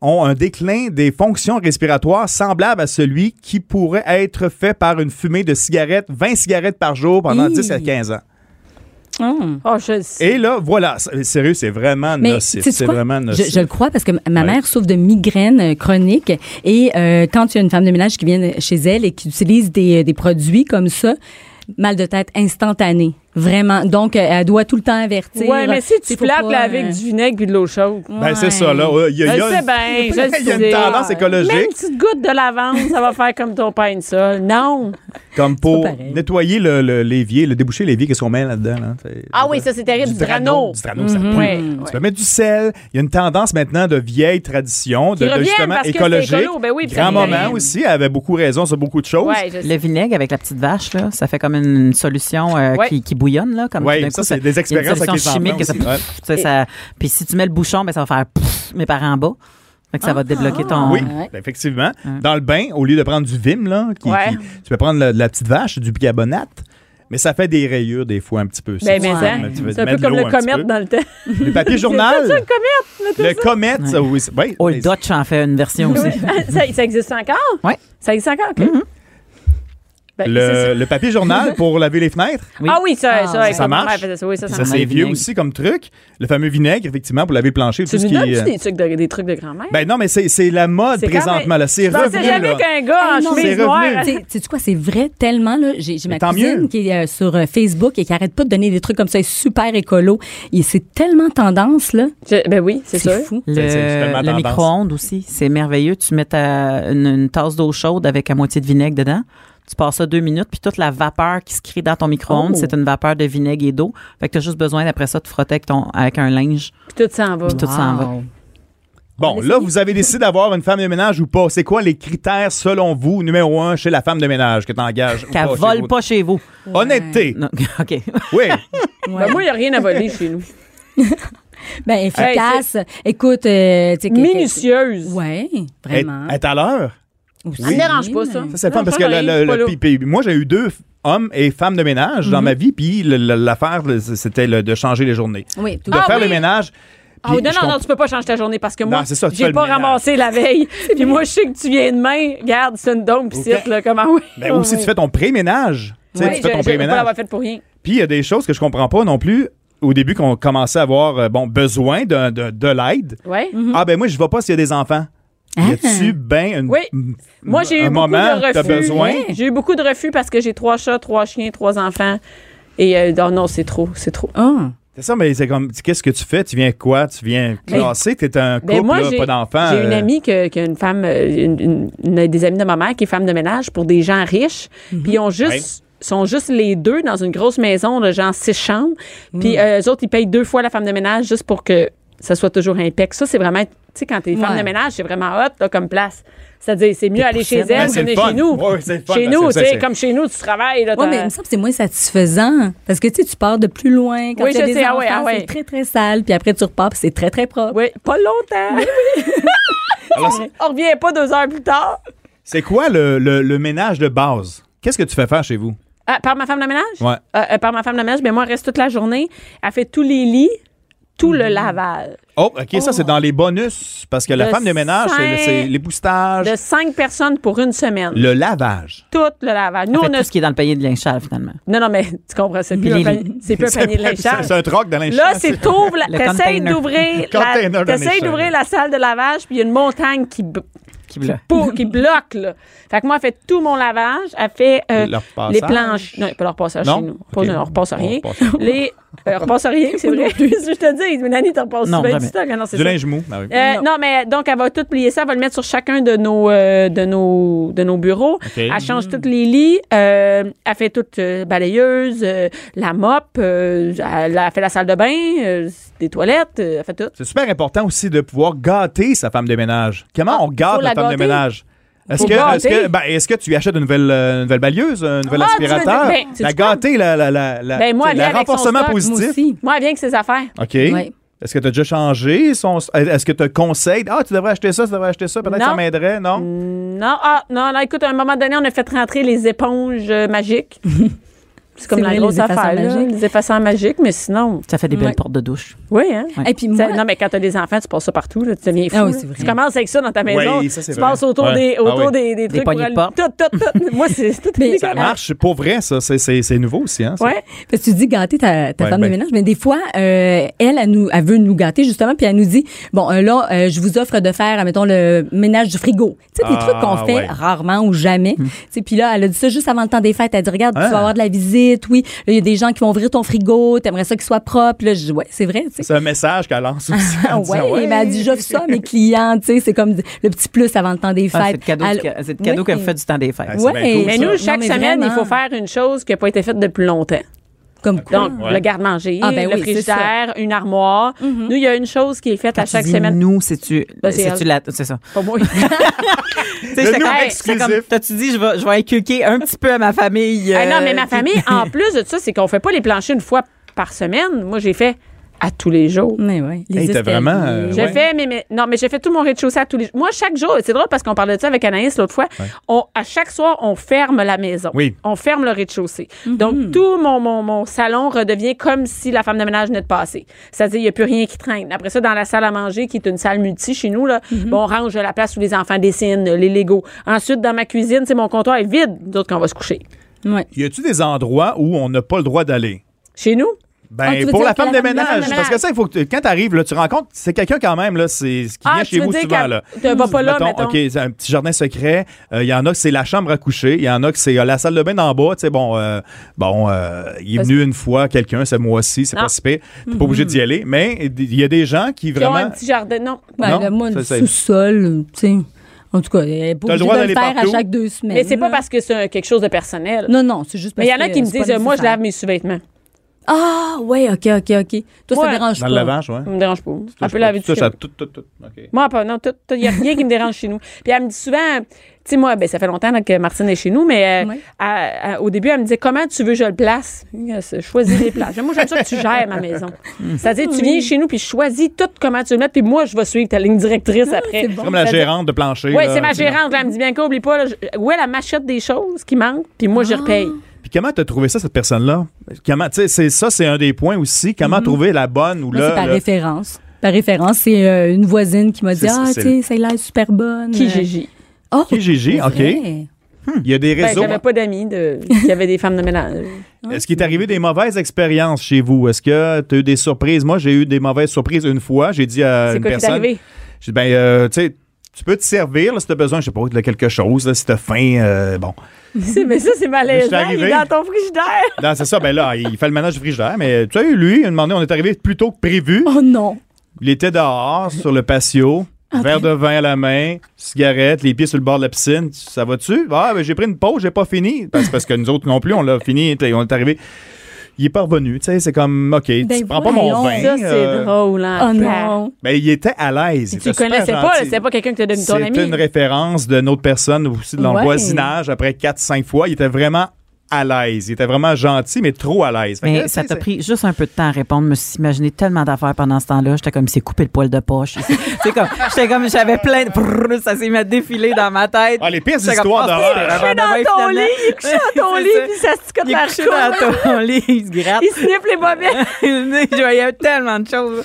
E: ont un déclin des fonctions respiratoires semblable à celui qui pourrait être fait par une fumée de cigarettes, 20 cigarettes par jour pendant
F: Hi.
E: 10 à 15 ans.
F: Hum.
C: Oh, je le sais.
E: Et là, voilà, s- sérieux, c'est vraiment
F: Mais
E: nocif.
F: sais-tu
E: C'est
F: quoi?
E: vraiment
F: je,
E: nocif.
F: je le crois parce que ma
E: Ouais.
F: mère souffre de migraines euh, chroniques et euh, quand il y a une femme de ménage qui vient chez elle et qui utilise des, des produits comme ça, mal de tête instantané. Vraiment. Donc, euh, elle doit tout le temps avertir.
C: Ouais, mais si tu
F: faut
C: flattes
F: pas,
C: là, avec
F: euh,
C: du vinaigre puis de l'eau chaude.
E: Ben, c'est ça, là. Il y
C: Je
E: a, il y
C: le
E: a-
C: sais
F: ben,
C: bien, je le
E: il y a
C: sais.
E: une tendance écologique
C: Même une petite goutte de lavande, ça va faire comme ton pain de sol. Non.
E: comme pour
F: pas pareil.
E: nettoyer le- le- l'évier, le, déboucher l'évier, qu'est-ce qu'on met là-dedans? là? C'est-
C: Ah oui, ça, c'est terrible. Du drano.
E: Du drano,
F: Mhm.
E: ça pue.
C: Ouais,
E: Tu peux mettre du sel. Il y a une tendance maintenant de vieilles traditions, de,
C: Qui
E: de
C: reviennent
E: justement
C: parce que c'est
E: écologique.
C: écolo, ben oui, puis ça
E: Grand-maman
C: revient.
E: aussi elle avait beaucoup raison sur beaucoup de choses.
C: Ouais, je sais.
D: Le vinaigre avec la petite vache, là, ça fait comme une solution euh,
C: Ouais.
D: qui, qui bouillonne. Là, comme
E: Ouais,
D: tout d'un
E: ça,
D: coup,
E: c'est
D: il y a
E: des
D: une
E: expériences avec
D: solution
E: les
D: chimique. que ça,
E: enfants aussi.
D: pff, tu sais, ça- Puis si tu mets le bouchon, ben, ça va faire pff, mes parents en bas. Fait que
C: Ah.
D: ça va te débloquer ton.
E: Oui,
F: Ouais.
E: ben, effectivement. Dans le bain, au lieu de prendre du vim, là, qui-
C: Ouais.
E: qui- tu peux prendre la, la petite vache, du bicarbonate, mais ça fait des rayures des fois un petit peu.
C: Ben,
E: Si
C: mais
E: tu
C: ça,
E: aimes, tu vas
C: c'est un peu
E: mettre
C: comme
E: l'eau
C: le
E: un petit
C: comète
E: peu.
C: dans le temps.
E: Le papier
C: C'est ça,
E: journal,
C: le comète. là, tout
E: le
C: ça.
E: comète, ça, oui. c'est- ouais,
D: Old
E: mais-
D: Dutch en fait une version aussi.
C: Oui. ça, ça existe encore?
D: Ouais.
C: Ça existe encore? OK. Ben, c'est
E: le,
C: ça.
E: le papier journal pour laver les fenêtres.
D: Oui.
C: Ah oui, ça, ça,
E: Ça marche?
C: ouais, faisait ça, oui, ça, ça
E: Ça,
C: marche.
D: le
E: c'est vieux
D: vinaigre.
E: aussi comme truc. Le fameux vinaigre, effectivement, pour laver le plancher.
C: Tu
E: tout
C: nous
E: ce qui,
C: donnes-tu
E: euh,
C: des trucs de, des trucs de grand-mère?
E: Ben non, mais c'est c'est la mode
C: C'est quand
E: présentement.
C: même-
E: là. C'est
C: Je pensais
E: revenu.
C: jamais
E: là.
C: qu'un gars
F: Ah,
C: en
F: non,
C: chemise
E: c'est revenu.
C: noire...
F: Tu quoi, c'est vrai tellement, là. J'ai j'ai ma
E: Mais tant
F: cousine
E: mieux.
F: qui est euh, sur euh, Facebook et qui arrête pas de donner des trucs comme ça, elle est super écolo. Et c'est tellement tendance, là.
C: Je- Ben oui, c'est sûr.
F: C'est fou.
E: C'est- c'est tellement
D: Le, le
E: tendance.
D: micro-ondes aussi, c'est merveilleux. Tu mets ta- une, une tasse d'eau chaude avec à moitié de vinaigre dedans. Tu passes ça deux minutes, puis toute la vapeur qui se crée dans ton micro-ondes,
F: Oh.
D: c'est une vapeur de vinaigre et d'eau. Fait que t'as juste besoin d'après ça de frotter avec, ton, avec un linge,
C: Puis tout s'en va.
D: puis tout s'en va.
E: Bon, là, vous avez décidé d'avoir une femme de ménage ou pas. C'est quoi les critères, selon vous, numéro un, chez la femme de ménage que t'engages? ou
D: Qu'elle
E: pas chez
D: vole
E: vous?
D: pas chez vous.
E: Honnêteté.
D: Non, OK.
E: Oui.
C: Ben moi, il n'y a rien à voler chez nous.
F: Ben, efficace. Écoute, euh, tu sais, que- que-
C: Minutieuse.
F: Ouais,
E: Être
F: vraiment.
E: être à l'heure.
F: Aussi,
C: ah, Ça ne dérange pas, ça.
F: mais-
E: Ça, c'est le
C: Non,
E: fun parce
C: ça,
E: que le-
C: j'arrive,
E: le-
C: pas Mhm.
E: le-
C: là.
E: puis- puis moi, j'ai eu deux hommes et femmes de ménage dans ma vie, puis le- le- l'affaire, le- c'était le- de changer les journées.
F: Oui, tout
E: De
C: Ah
E: faire
C: oui.
E: le ménage.
C: Ah oui,
E: puis
C: non,
E: je
C: non, non,
E: comp-
C: tu peux pas changer ta journée parce que moi,
E: Non, c'est ça, tu fais
C: j'ai
E: le
C: pas
E: ménage.
C: ramassé la veille. Puis moi, je sais que tu viens demain. Garde, c'est une dompe, pis c'est là, comment oui.
E: Ben, ou si tu fais ton pré-ménage. Tu sais,
C: Oui,
E: tu
C: je-
E: fais ton
C: je vais pas
E: pré-ménage.
C: l'avoir fait pour rien.
E: Puis il y a des choses que je comprends pas non plus. Au début, qu'on commençait à avoir euh, bon, besoin d'un- de, de l'aide.
C: Ouais.
E: Ah, ben moi, je ne vais pas s'il y a des enfants. Y a-tu ben une-
C: Ah. Oui.
E: m-
C: Moi, j'ai
E: un
C: eu beaucoup
E: moment
C: de Hein?
E: t'as
C: refus.
E: besoin?
C: Ouais. J'ai eu beaucoup de refus parce que j'ai trois chats, trois chiens, trois enfants. Et euh, non, non, c'est trop, c'est trop.
F: Ah.
E: C'est ça, mais c'est comme, tu- qu'est-ce que tu fais? Tu viens quoi? Tu viens classer? Tu es un couple,
C: Ben, moi,
E: là,
C: j'ai
E: pas d'enfants.
C: j'ai une
E: euh,
C: amie que- qui a une femme, euh, une- une- une des amies de ma mère qui est femme de ménage pour des gens riches.
F: Mhm.
C: Puis ils ont juste. sont juste les deux dans une grosse maison de genre six chambres.
F: Mhm.
C: Puis euh, eux autres, ils payent deux fois la femme de ménage juste pour que ça soit toujours impec. Ça, c'est vraiment, tu sais, quand t'es femme
F: Ouais.
C: de ménage, c'est vraiment hot là, comme place. C'est-à-dire, c'est mieux aller chez
D: possible.
C: elle
E: Ben,
C: que
E: c'est le
C: venir
E: fun.
C: chez nous.
E: Ouais, c'est le fun,
C: chez
E: ben,
C: nous,
E: c'est-
C: tu sais,
E: c'est-
C: comme chez nous, tu travailles. Là, t'as-
F: Oui, Ah. mais il me semble que c'est moins satisfaisant. Parce que, tu sais, tu pars de plus loin. Quand
C: Oui,
F: tu as
C: je
F: des
C: sais, ah
F: enfants,
C: ouais, ah ouais.
F: c'est très, très sale. Puis après, tu repars, puis c'est très, très propre.
C: Oui, pas longtemps.
E: Alors, c'est-
C: On revient pas deux heures plus tard.
E: c'est quoi le, le- le ménage de base? Qu'est-ce que tu fais faire chez vous?
C: Ah, par ma femme de ménage?
E: Ouais.
C: Euh, euh, par ma femme de ménage, mais moi, elle reste toute la journée. Elle fait tous les lits, tout
D: Mm-hmm.
C: le lavage.
E: Oh, OK, ça, c'est dans les bonus. Parce que la
C: De
E: femme de ménage, c'est le-
C: cinq-
E: c'est l'éboustetage,
C: De cinq personnes pour une semaine.
E: le lavage.
C: Tout le lavage. Nous,
D: Fait
C: on a.
D: tout ce qui est dans le panier de linge sale, finalement.
C: Non, non, mais tu comprends, c'est plus,
D: Les
C: un
D: lits.
C: panier- c'est plus un panier de linge
E: C'est
C: sale.
E: c'est un troc de linge
C: Là,
E: sale,
C: c'est t'ouvres, la-
D: Le
C: t'essayes
D: container.
C: d'ouvrir,
E: Container
C: la,
E: dans les
C: t'essayes
E: chambres.
C: d'ouvrir la salle de lavage, puis il y a une montagne qui, b-
D: Qui bloque.
C: pou- qui bloque, là. Fait que moi, elle fait tout mon lavage, elle fait euh,
E: Leur passage.
C: les planches. Non, pas leur passage
E: Non?
C: chez nous.
E: Ok.
C: Pas, on repasse à
E: On
C: rien.
E: repasse à rien.
C: Les, euh, on repasse à rien, c'est vrai. C'est ce que je te dis, mais Nanny, t'en repasses
D: Non,
C: bien
D: jamais.
C: du stock. Ah non, c'est
E: Du
C: ça.
E: linge mou. Ah oui.
C: Euh, non. mais donc, elle va tout plier ça. Elle va le mettre sur chacun de nos, euh, de nos, de nos bureaux. Elle
F: Mm.
C: change tous les lits. euh, elle fait toute euh, balayeuse, euh, la mop. euh, elle, elle fait la salle de bain, euh, des toilettes. euh, elle fait tout.
E: C'est super important aussi de pouvoir gâter sa femme de ménage. Comment
C: Ah,
E: on gâte
C: faut
E: la,
C: la
E: femme de
C: gâter.
E: ménage? Est-ce
C: Faut
E: que, est-ce,
C: gâter.
E: que, ben, est-ce que tu lui achètes une nouvelle, euh, une nouvelle balieuse, un nouvel
C: Ah, tu veux dire-
E: aspirateur?
C: ben, sais-tu
E: la
C: quoi?
E: gâter, la, la, la, la-
C: Ben, moi,
E: tu sais,
C: elle
E: le
C: est avec son
E: renforcement
C: stock, moi
F: Moi
E: positif.
F: aussi.
C: Moi, elle vient avec ses affaires.
E: OK.
F: Ouais.
E: Est-ce que tu as déjà changé? son- euh, Est-ce que tu as conseil? Ah, tu devrais acheter ça, tu devrais acheter ça, peut-être que ça
C: Non.
E: m'aiderait, non?
C: Non, ah, non, là, écoute, à un moment donné, on a fait rentrer les éponges euh, magiques. C'est comme
F: C'est
C: la
F: vrai,
C: grosse
F: les effaçants
C: affaire, là,
F: magiques.
C: les effaçants magiques, mais sinon,
D: Ça fait des belles
F: Ouais.
D: portes de douche.
C: oui, hein?
F: Et puis
C: Ça-
F: moi,
C: non, mais quand t'as des enfants, tu passes ça partout, là, tu deviens fou.
F: Ah oui,
C: là.
F: c'est vrai.
C: Tu commences avec ça dans ta maison.
E: Oui, ça, c'est
C: tu
E: vrai.
C: passes autour,
E: Ouais.
C: des,
E: Ah
C: autour
E: oui.
C: des, des trucs. pour
D: poignées de
C: aller-
D: porte.
C: Tout, tout, tout. Moi, c'est c'est tout.
F: Mais-
E: Ça marche, c'est pour vrai, ça. C'est, c'est, c'est nouveau aussi, hein? ça?
C: Ouais.
F: Parce que tu dis gâter ta, ta
E: Ouais,
F: femme
E: ben-
F: de ménage, mais des fois, euh, elle, elle, nous, elle veut nous gâter justement, puis elle nous dit, bon, euh, là, euh, je vous offre de faire, mettons, le ménage du frigo. Tu sais, des
E: Ah,
F: trucs qu'on fait
E: ouais. Hmm.
F: rarement ou jamais. Tu sais, puis là, elle a dit ça juste avant le temps des fêtes. Elle a dit, regarde,
E: Ah.
F: tu vas avoir de la visite, oui. Là, il y a des gens qui vont ouvrir ton frigo, t'aimerais ça qu'il soit propre. Là, je dis, ouais, c'est vrai, tu sais.
E: C'est un message qu'elle lance aussi. en
F: Ah
E: disant,
F: ouais, mais elle dit j'offre ça à mes clients, tu sais, c'est comme le petit plus avant le temps des fêtes.
D: Ah, c'est le cadeau,
F: Elle-
D: du ca- c'est le cadeau
F: Oui.
D: qu'elle vous fait du temps des fêtes.
E: Ah, c'est
F: Ouais,
E: bien cool,
C: Mais
E: ça.
C: nous, chaque
F: Non, mais
C: semaine, il
F: vraiment.
C: faut faire une chose qui n'a pas été faite depuis longtemps.
F: comme quoi.
C: Donc,
E: Ouais.
C: le garde-manger,
F: Ah, ben
C: le
F: oui, c'est ça. Mm-hmm.
C: frigidaire, une armoire. Nous, il y a une chose qui est faite à
D: Quand tu
C: chaque
D: dis
C: semaine.
D: Nous, c'est-tu.
C: Ben, c'est
D: c'est-tu
C: elle.
D: la. C'est ça.
C: Pas moi.
D: Tu sais, j'étais
E: nous
D: comme-
E: exclusif.
D: j'étais comme, T'as-tu dit, je vais, je vais inculquer un petit peu à ma famille.
C: Ah non,
D: euh,
C: mais ma
D: puis-
C: famille, en plus de ça, c'est qu'on fait pas les planchers une fois par semaine. Moi, j'ai fait à tous les jours.
F: Mais ouais, les
E: Hey, t'as
F: escaliers.
E: vraiment, euh,
C: J'ai
E: Ouais.
C: fait, mais, mais- non, mais j'ai fait tout mon rez-de-chaussée à tous les jours. Moi, chaque jour, c'est drôle parce qu'on parlait de ça avec Anaïs l'autre fois. On, à chaque soir, on ferme la maison.
E: Oui.
C: On ferme le rez-de-chaussée.
F: Mhm.
C: Donc, tout mon, mon, mon salon redevient comme si la femme de ménage venait de passer. C'est-à-dire, il n'y a plus rien qui traîne. Après ça, dans la salle à manger, qui est une salle multi chez nous, là,
F: Mhm.
C: bon, on range la place où les enfants dessinent, les Legos. Ensuite, dans ma cuisine, c'est mon comptoir est vide, d'autres qu'on va se coucher.
F: Ouais.
E: Y a-tu des endroits où on n'a pas le droit d'aller?
C: Chez nous,
E: Ben,
F: Ah, tu veux
E: pour
F: dire
E: la
F: que la
E: femme de
F: femme- la
E: ménage.
C: femme de
E: Parce que
C: ménage.
E: ça, il faut que tu- quand t'arrives, là, tu rencontres, c'est quelqu'un quand même, là, c'est ce qui vient
C: Ah,
E: chez
C: tu veux
E: vous
C: dire
E: souvent,
C: qu'elle-
E: là.
C: te va pas là, mettons.
E: OK, c'est un petit jardin secret. Euh, Il y en a que c'est la chambre à coucher. Il y en a que c'est euh, la salle de bain en bas. Tu sais, bon, euh, bon, euh, il est
C: Parce-
E: venu une fois, quelqu'un, c'est moi aussi, c'est
C: Non. Mm-hmm.
E: pas si pire. T'es pas obligé d'y aller. Mais il y a des gens
C: qui
E: qui
C: ont
E: vraiment.
C: un petit jardin. Non.
F: Ben,
E: Non,
F: le moi,
E: ça,
F: le
E: c'est-
F: sous-sol, tu sais. En tout cas, elle est pas
E: T'as le
F: obligée
E: droit
F: de le
E: d'aller
F: faire
E: partout.
F: à chaque deux semaines.
C: Mais c'est pas
F: là.
C: parce que c'est un- quelque chose de personnel.
F: Non, non, c'est juste parce
C: Mais
F: que.
C: il y en a qui me
F: c'est
C: disent,
F: pas
C: euh, moi, je lave
F: nécessaire.
C: mes sous-vêtements.
F: Ah, ouais, OK, OK, OK. Toi,
C: Ouais.
F: ça te dérange
E: Dans
F: pas.
E: le lavage, ouais.
C: Ça me dérange pas. Mm.
E: Touche
C: Elle peut
E: pas,
C: laver
E: tu
C: tout
E: touches
C: chez
E: à
C: nous.
E: tout, tout, tout. OK.
C: Moi, pas, non, il n'y a rien qui me dérange chez nous. Puis elle me dit souvent, tu sais, moi, ben, ça fait longtemps là, que Martine est chez nous, mais euh,
F: Ouais.
C: elle- elle- au début, elle me disait, comment tu veux que je le place? Elle se- Choisis les places. Moi, j'aime ça que tu gères ma maison.
E: Hmm.
C: C'est-à-dire, tu viens chez nous, puis je choisis tout comment tu le mets, puis moi, je vais suivre ta ligne directrice après.
F: Ah, c'est bon.
E: Comme la
C: C'est-à-dire-
E: gérante de plancher.
C: Oui,
E: là,
C: c'est ma
E: tu sais.
C: gérante. là, Elle me dit, bien quoi, oublie pas, là, je- où est la machette des choses qui manquent, puis moi, je
F: Ah.
C: repaye.
E: Puis comment t'as trouvé ça, cette personne-là? Comment, tu sais, c'est- ça, c'est un des points aussi.
C: Mm-hmm.
E: Comment trouver la bonne ou
F: Moi,
E: là.
F: c'est par
E: là-
F: référence. Par référence, c'est euh, une voisine qui m'a dit
E: C'est-
F: Ah,
E: c'est-
F: tu sais, celle-là est super bonne.
C: Qui,
F: Euh,
C: Gigi?
F: Oh,
E: Qui, Gigi?
F: c'est
E: OK.
F: vrai.
E: Il y a des
C: Ben,
E: réseaux.
C: j'avais pas d'amis de... qui avaient des femmes de
E: Euh,
C: ménage.
E: Est-ce qu'il est arrivé des mauvaises expériences chez vous? Est-ce que tu as eu des surprises? Moi, j'ai eu des mauvaises surprises une fois. J'ai dit à
C: C'est
E: une
C: quoi qui t'est
E: personne.
C: arrivé?
E: J'ai dit, ben, euh, tu sais, tu peux te servir là, si tu as besoin, je sais pas, de quelque chose, là, si tu as faim. euh, bon.
C: C'est- Mais ça, c'est
E: Je suis
C: malaisant. Il
E: arrivé.
C: est dans ton frigidaire.
E: Non, c'est ça. Ben là, il fait le ménage du frigidaire. Mais tu as eu lui, une moment donné, on est arrivé plus tôt que prévu.
F: Oh non.
E: Il était dehors, sur le patio, verre de vin à la main, cigarette, les pieds sur le bord de la piscine. Ça va-tu? Ah, ben, j'ai pris une pause, j'ai pas fini. Parce, parce que nous autres non plus, on l'a fini, t'es- on est arrivé. il est parvenu. Tu sais, c'est comme, OK, tu prends pas mon
F: voyons,
E: vin.
C: Ben Ça, c'est
E: euh,
C: drôle. hein.
F: Oh non.
E: ben, il était à l'aise.
C: Si
E: il
C: tu le
E: était
C: connaissais
E: super
C: pas,
E: gentil.
C: c'était pas quelqu'un qui t'a donné ton ami.
E: C'était une référence d'une autre personne aussi dans
F: Ouais.
E: le voisinage après 4-5 fois. Il était vraiment à l'aise. Il était vraiment gentil, mais trop à l'aise. Fait que,
D: Mais
E: tu
D: ça
E: sais,
D: t'a
E: c'est-
D: pris juste un peu de temps à répondre. Je me suis imaginé tellement d'affaires pendant ce temps-là. J'étais comme, c'est coupé le poil de poche. c'est comme, j'étais comme, j'avais plein de. brrr, ça s'est mis à défiler dans ma tête.
E: Ah, les pires
D: J'étais
E: histoires
D: ah,
E: d'horreur.
D: c'est
E: Il est
D: avant
C: couché
D: demain,
C: dans ton
D: finalement.
C: lit, il est couché dans ton
D: C'est
C: lit,
D: ça.
C: puis ça se cote
D: Il est
C: par
D: couché
C: couille.
D: dans ton lit, il se gratte.
C: Il sniffe les bobettes.
D: Il y a tellement de choses.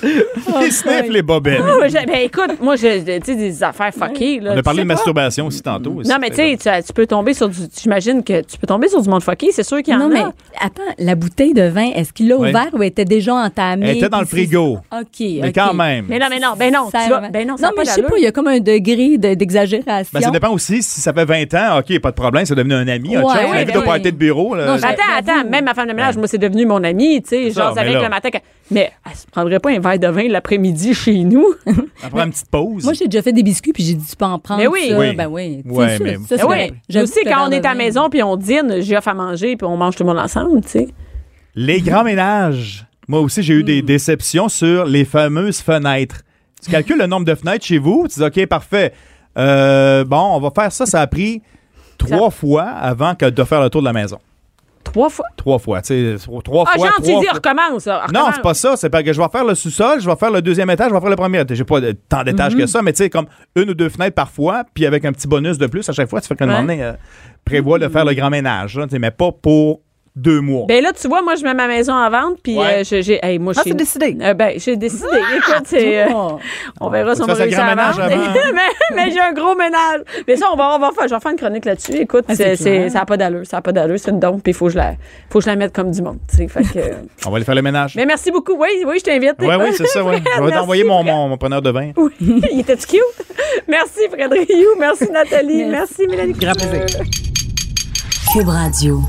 E: Il sniffe les bobettes.
C: Ah, Ouais, j'ai- ben, écoute, moi, j'ai j'ai- tu sais, des affaires fuckées. Là,
E: On a
C: Tu
E: parlé
C: sais
E: de
C: pas.
E: masturbation aussi tantôt.
C: Non, mais tu sais, tu- tu peux tomber sur du. J'imagine que tu peux tomber sur du monde fucké, c'est sûr qu'il y en
F: Non,
C: a.
F: mais attends, la bouteille de vin, est-ce qu'il l'a
E: Ouais.
F: ouvert ou était déjà entamée?
E: Elle était dans le
F: puis c'est-
E: frigo.
F: OK.
E: Mais
F: OK.
E: quand même.
C: Mais non, mais non, ben non, tu
F: Ça-
C: vas- ben non, ça a
F: mais
C: pas
F: je sais
C: d'allure.
F: pas, il y a comme un degré de- d'exagération.
E: Ben, ça dépend aussi si ça fait 20 ans, OK, pas de problème, c'est devenu un ami.
F: Ouais,
E: un chum,
F: oui,
E: un gars
F: ben
E: de
F: oui.
E: party de bureau. là.
F: Non,
C: Mais Ben, attends,
F: J'avoue.
C: attends, même ma femme de ménage, moi, c'est devenu mon amie, tu sais,
E: C'est ça,
C: genre
E: mais
C: avec
E: là-
C: le matin. quand- Mais elle se prendrait pas un verre de vin l'après-midi chez nous.
E: On prend une petite pause.
F: Moi, j'ai déjà fait des biscuits, puis j'ai dit, tu peux en prendre.
C: Mais oui.
F: ça.
E: Oui.
F: Ben oui.
E: Ouais,
F: C'est sûr,
E: mais-
F: ça,
E: Ben
F: c'est
C: Eh oui.
F: vrai. J'avoue
C: aussi, quand
F: que le
C: on
F: verre
C: est
F: de
C: à la
F: vin-
C: maison puis on dîne, j'ai offre à manger puis on mange tout le monde ensemble, tu sais.
E: Les grands ménages. Moi aussi, j'ai eu
F: Hmm.
E: des déceptions sur les fameuses fenêtres. Tu calcules le nombre de fenêtres chez vous, tu dis OK, parfait. Euh, bon, on va faire ça. Ça a pris trois fois avant que de faire le tour de la maison.
C: Trois fois.
E: Trois fois, tu sais, trois
C: Ah,
E: fois.
C: genre, tu
E: trois
C: dis,
E: fois.
C: recommence. là,
E: Non,
C: recommence.
E: c'est pas ça. C'est parce que je vais faire le sous-sol, je vais faire le deuxième étage, je vais faire le premier étage. J'ai pas de- tant d'étages
C: Mhm.
E: que ça, mais tu sais, comme une ou deux fenêtres parfois, puis avec un petit bonus de plus à chaque fois, tu fais qu'à un
C: Ouais.
E: moment donné, euh, prévois de faire le grand ménage, là, tu sais, mais pas pour deux mois.
C: Ben là, tu vois, moi, je mets ma maison en vente, puis
E: Ouais.
C: euh, je- j'ai. hey, moi,
D: Ah,
C: j'ai-
D: c'est décidé.
C: Euh, ben, j'ai décidé.
F: Ah!
C: Écoute, c'est. euh,
F: Oh.
C: on verra si
E: Faut
C: on
E: que
C: va
E: tu fasses
C: réussir
E: un
C: à
E: grand
C: vendre.
E: ménage avant.
C: mais mais j'ai un gros ménage. Mais ça, on va, on va faire. Je vais faire une chronique là-dessus. Écoute,
F: Ah,
C: c'est
F: c'est clair.
C: c'est- ça n'a pas d'allure. Ça n'a pas d'allure. C'est une dompe, puis il faut, que je la- faut que je la mette comme du monde. tu sais. Fait que-
E: On va aller faire le ménage.
C: mais merci beaucoup. Oui, oui, je t'invite.
E: Oui, oui, c'est ça, oui.
C: Fred,
E: Je
C: ben,
E: vais
C: merci,
E: t'envoyer mon,
C: Fred.
E: mon, mon preneur de vin.
C: Oui. Il était cute. Merci, Frédéric Rioux. Merci, Nathalie. Merci, Mélanie.
D: Grand plaisir.
A: Cube Radio.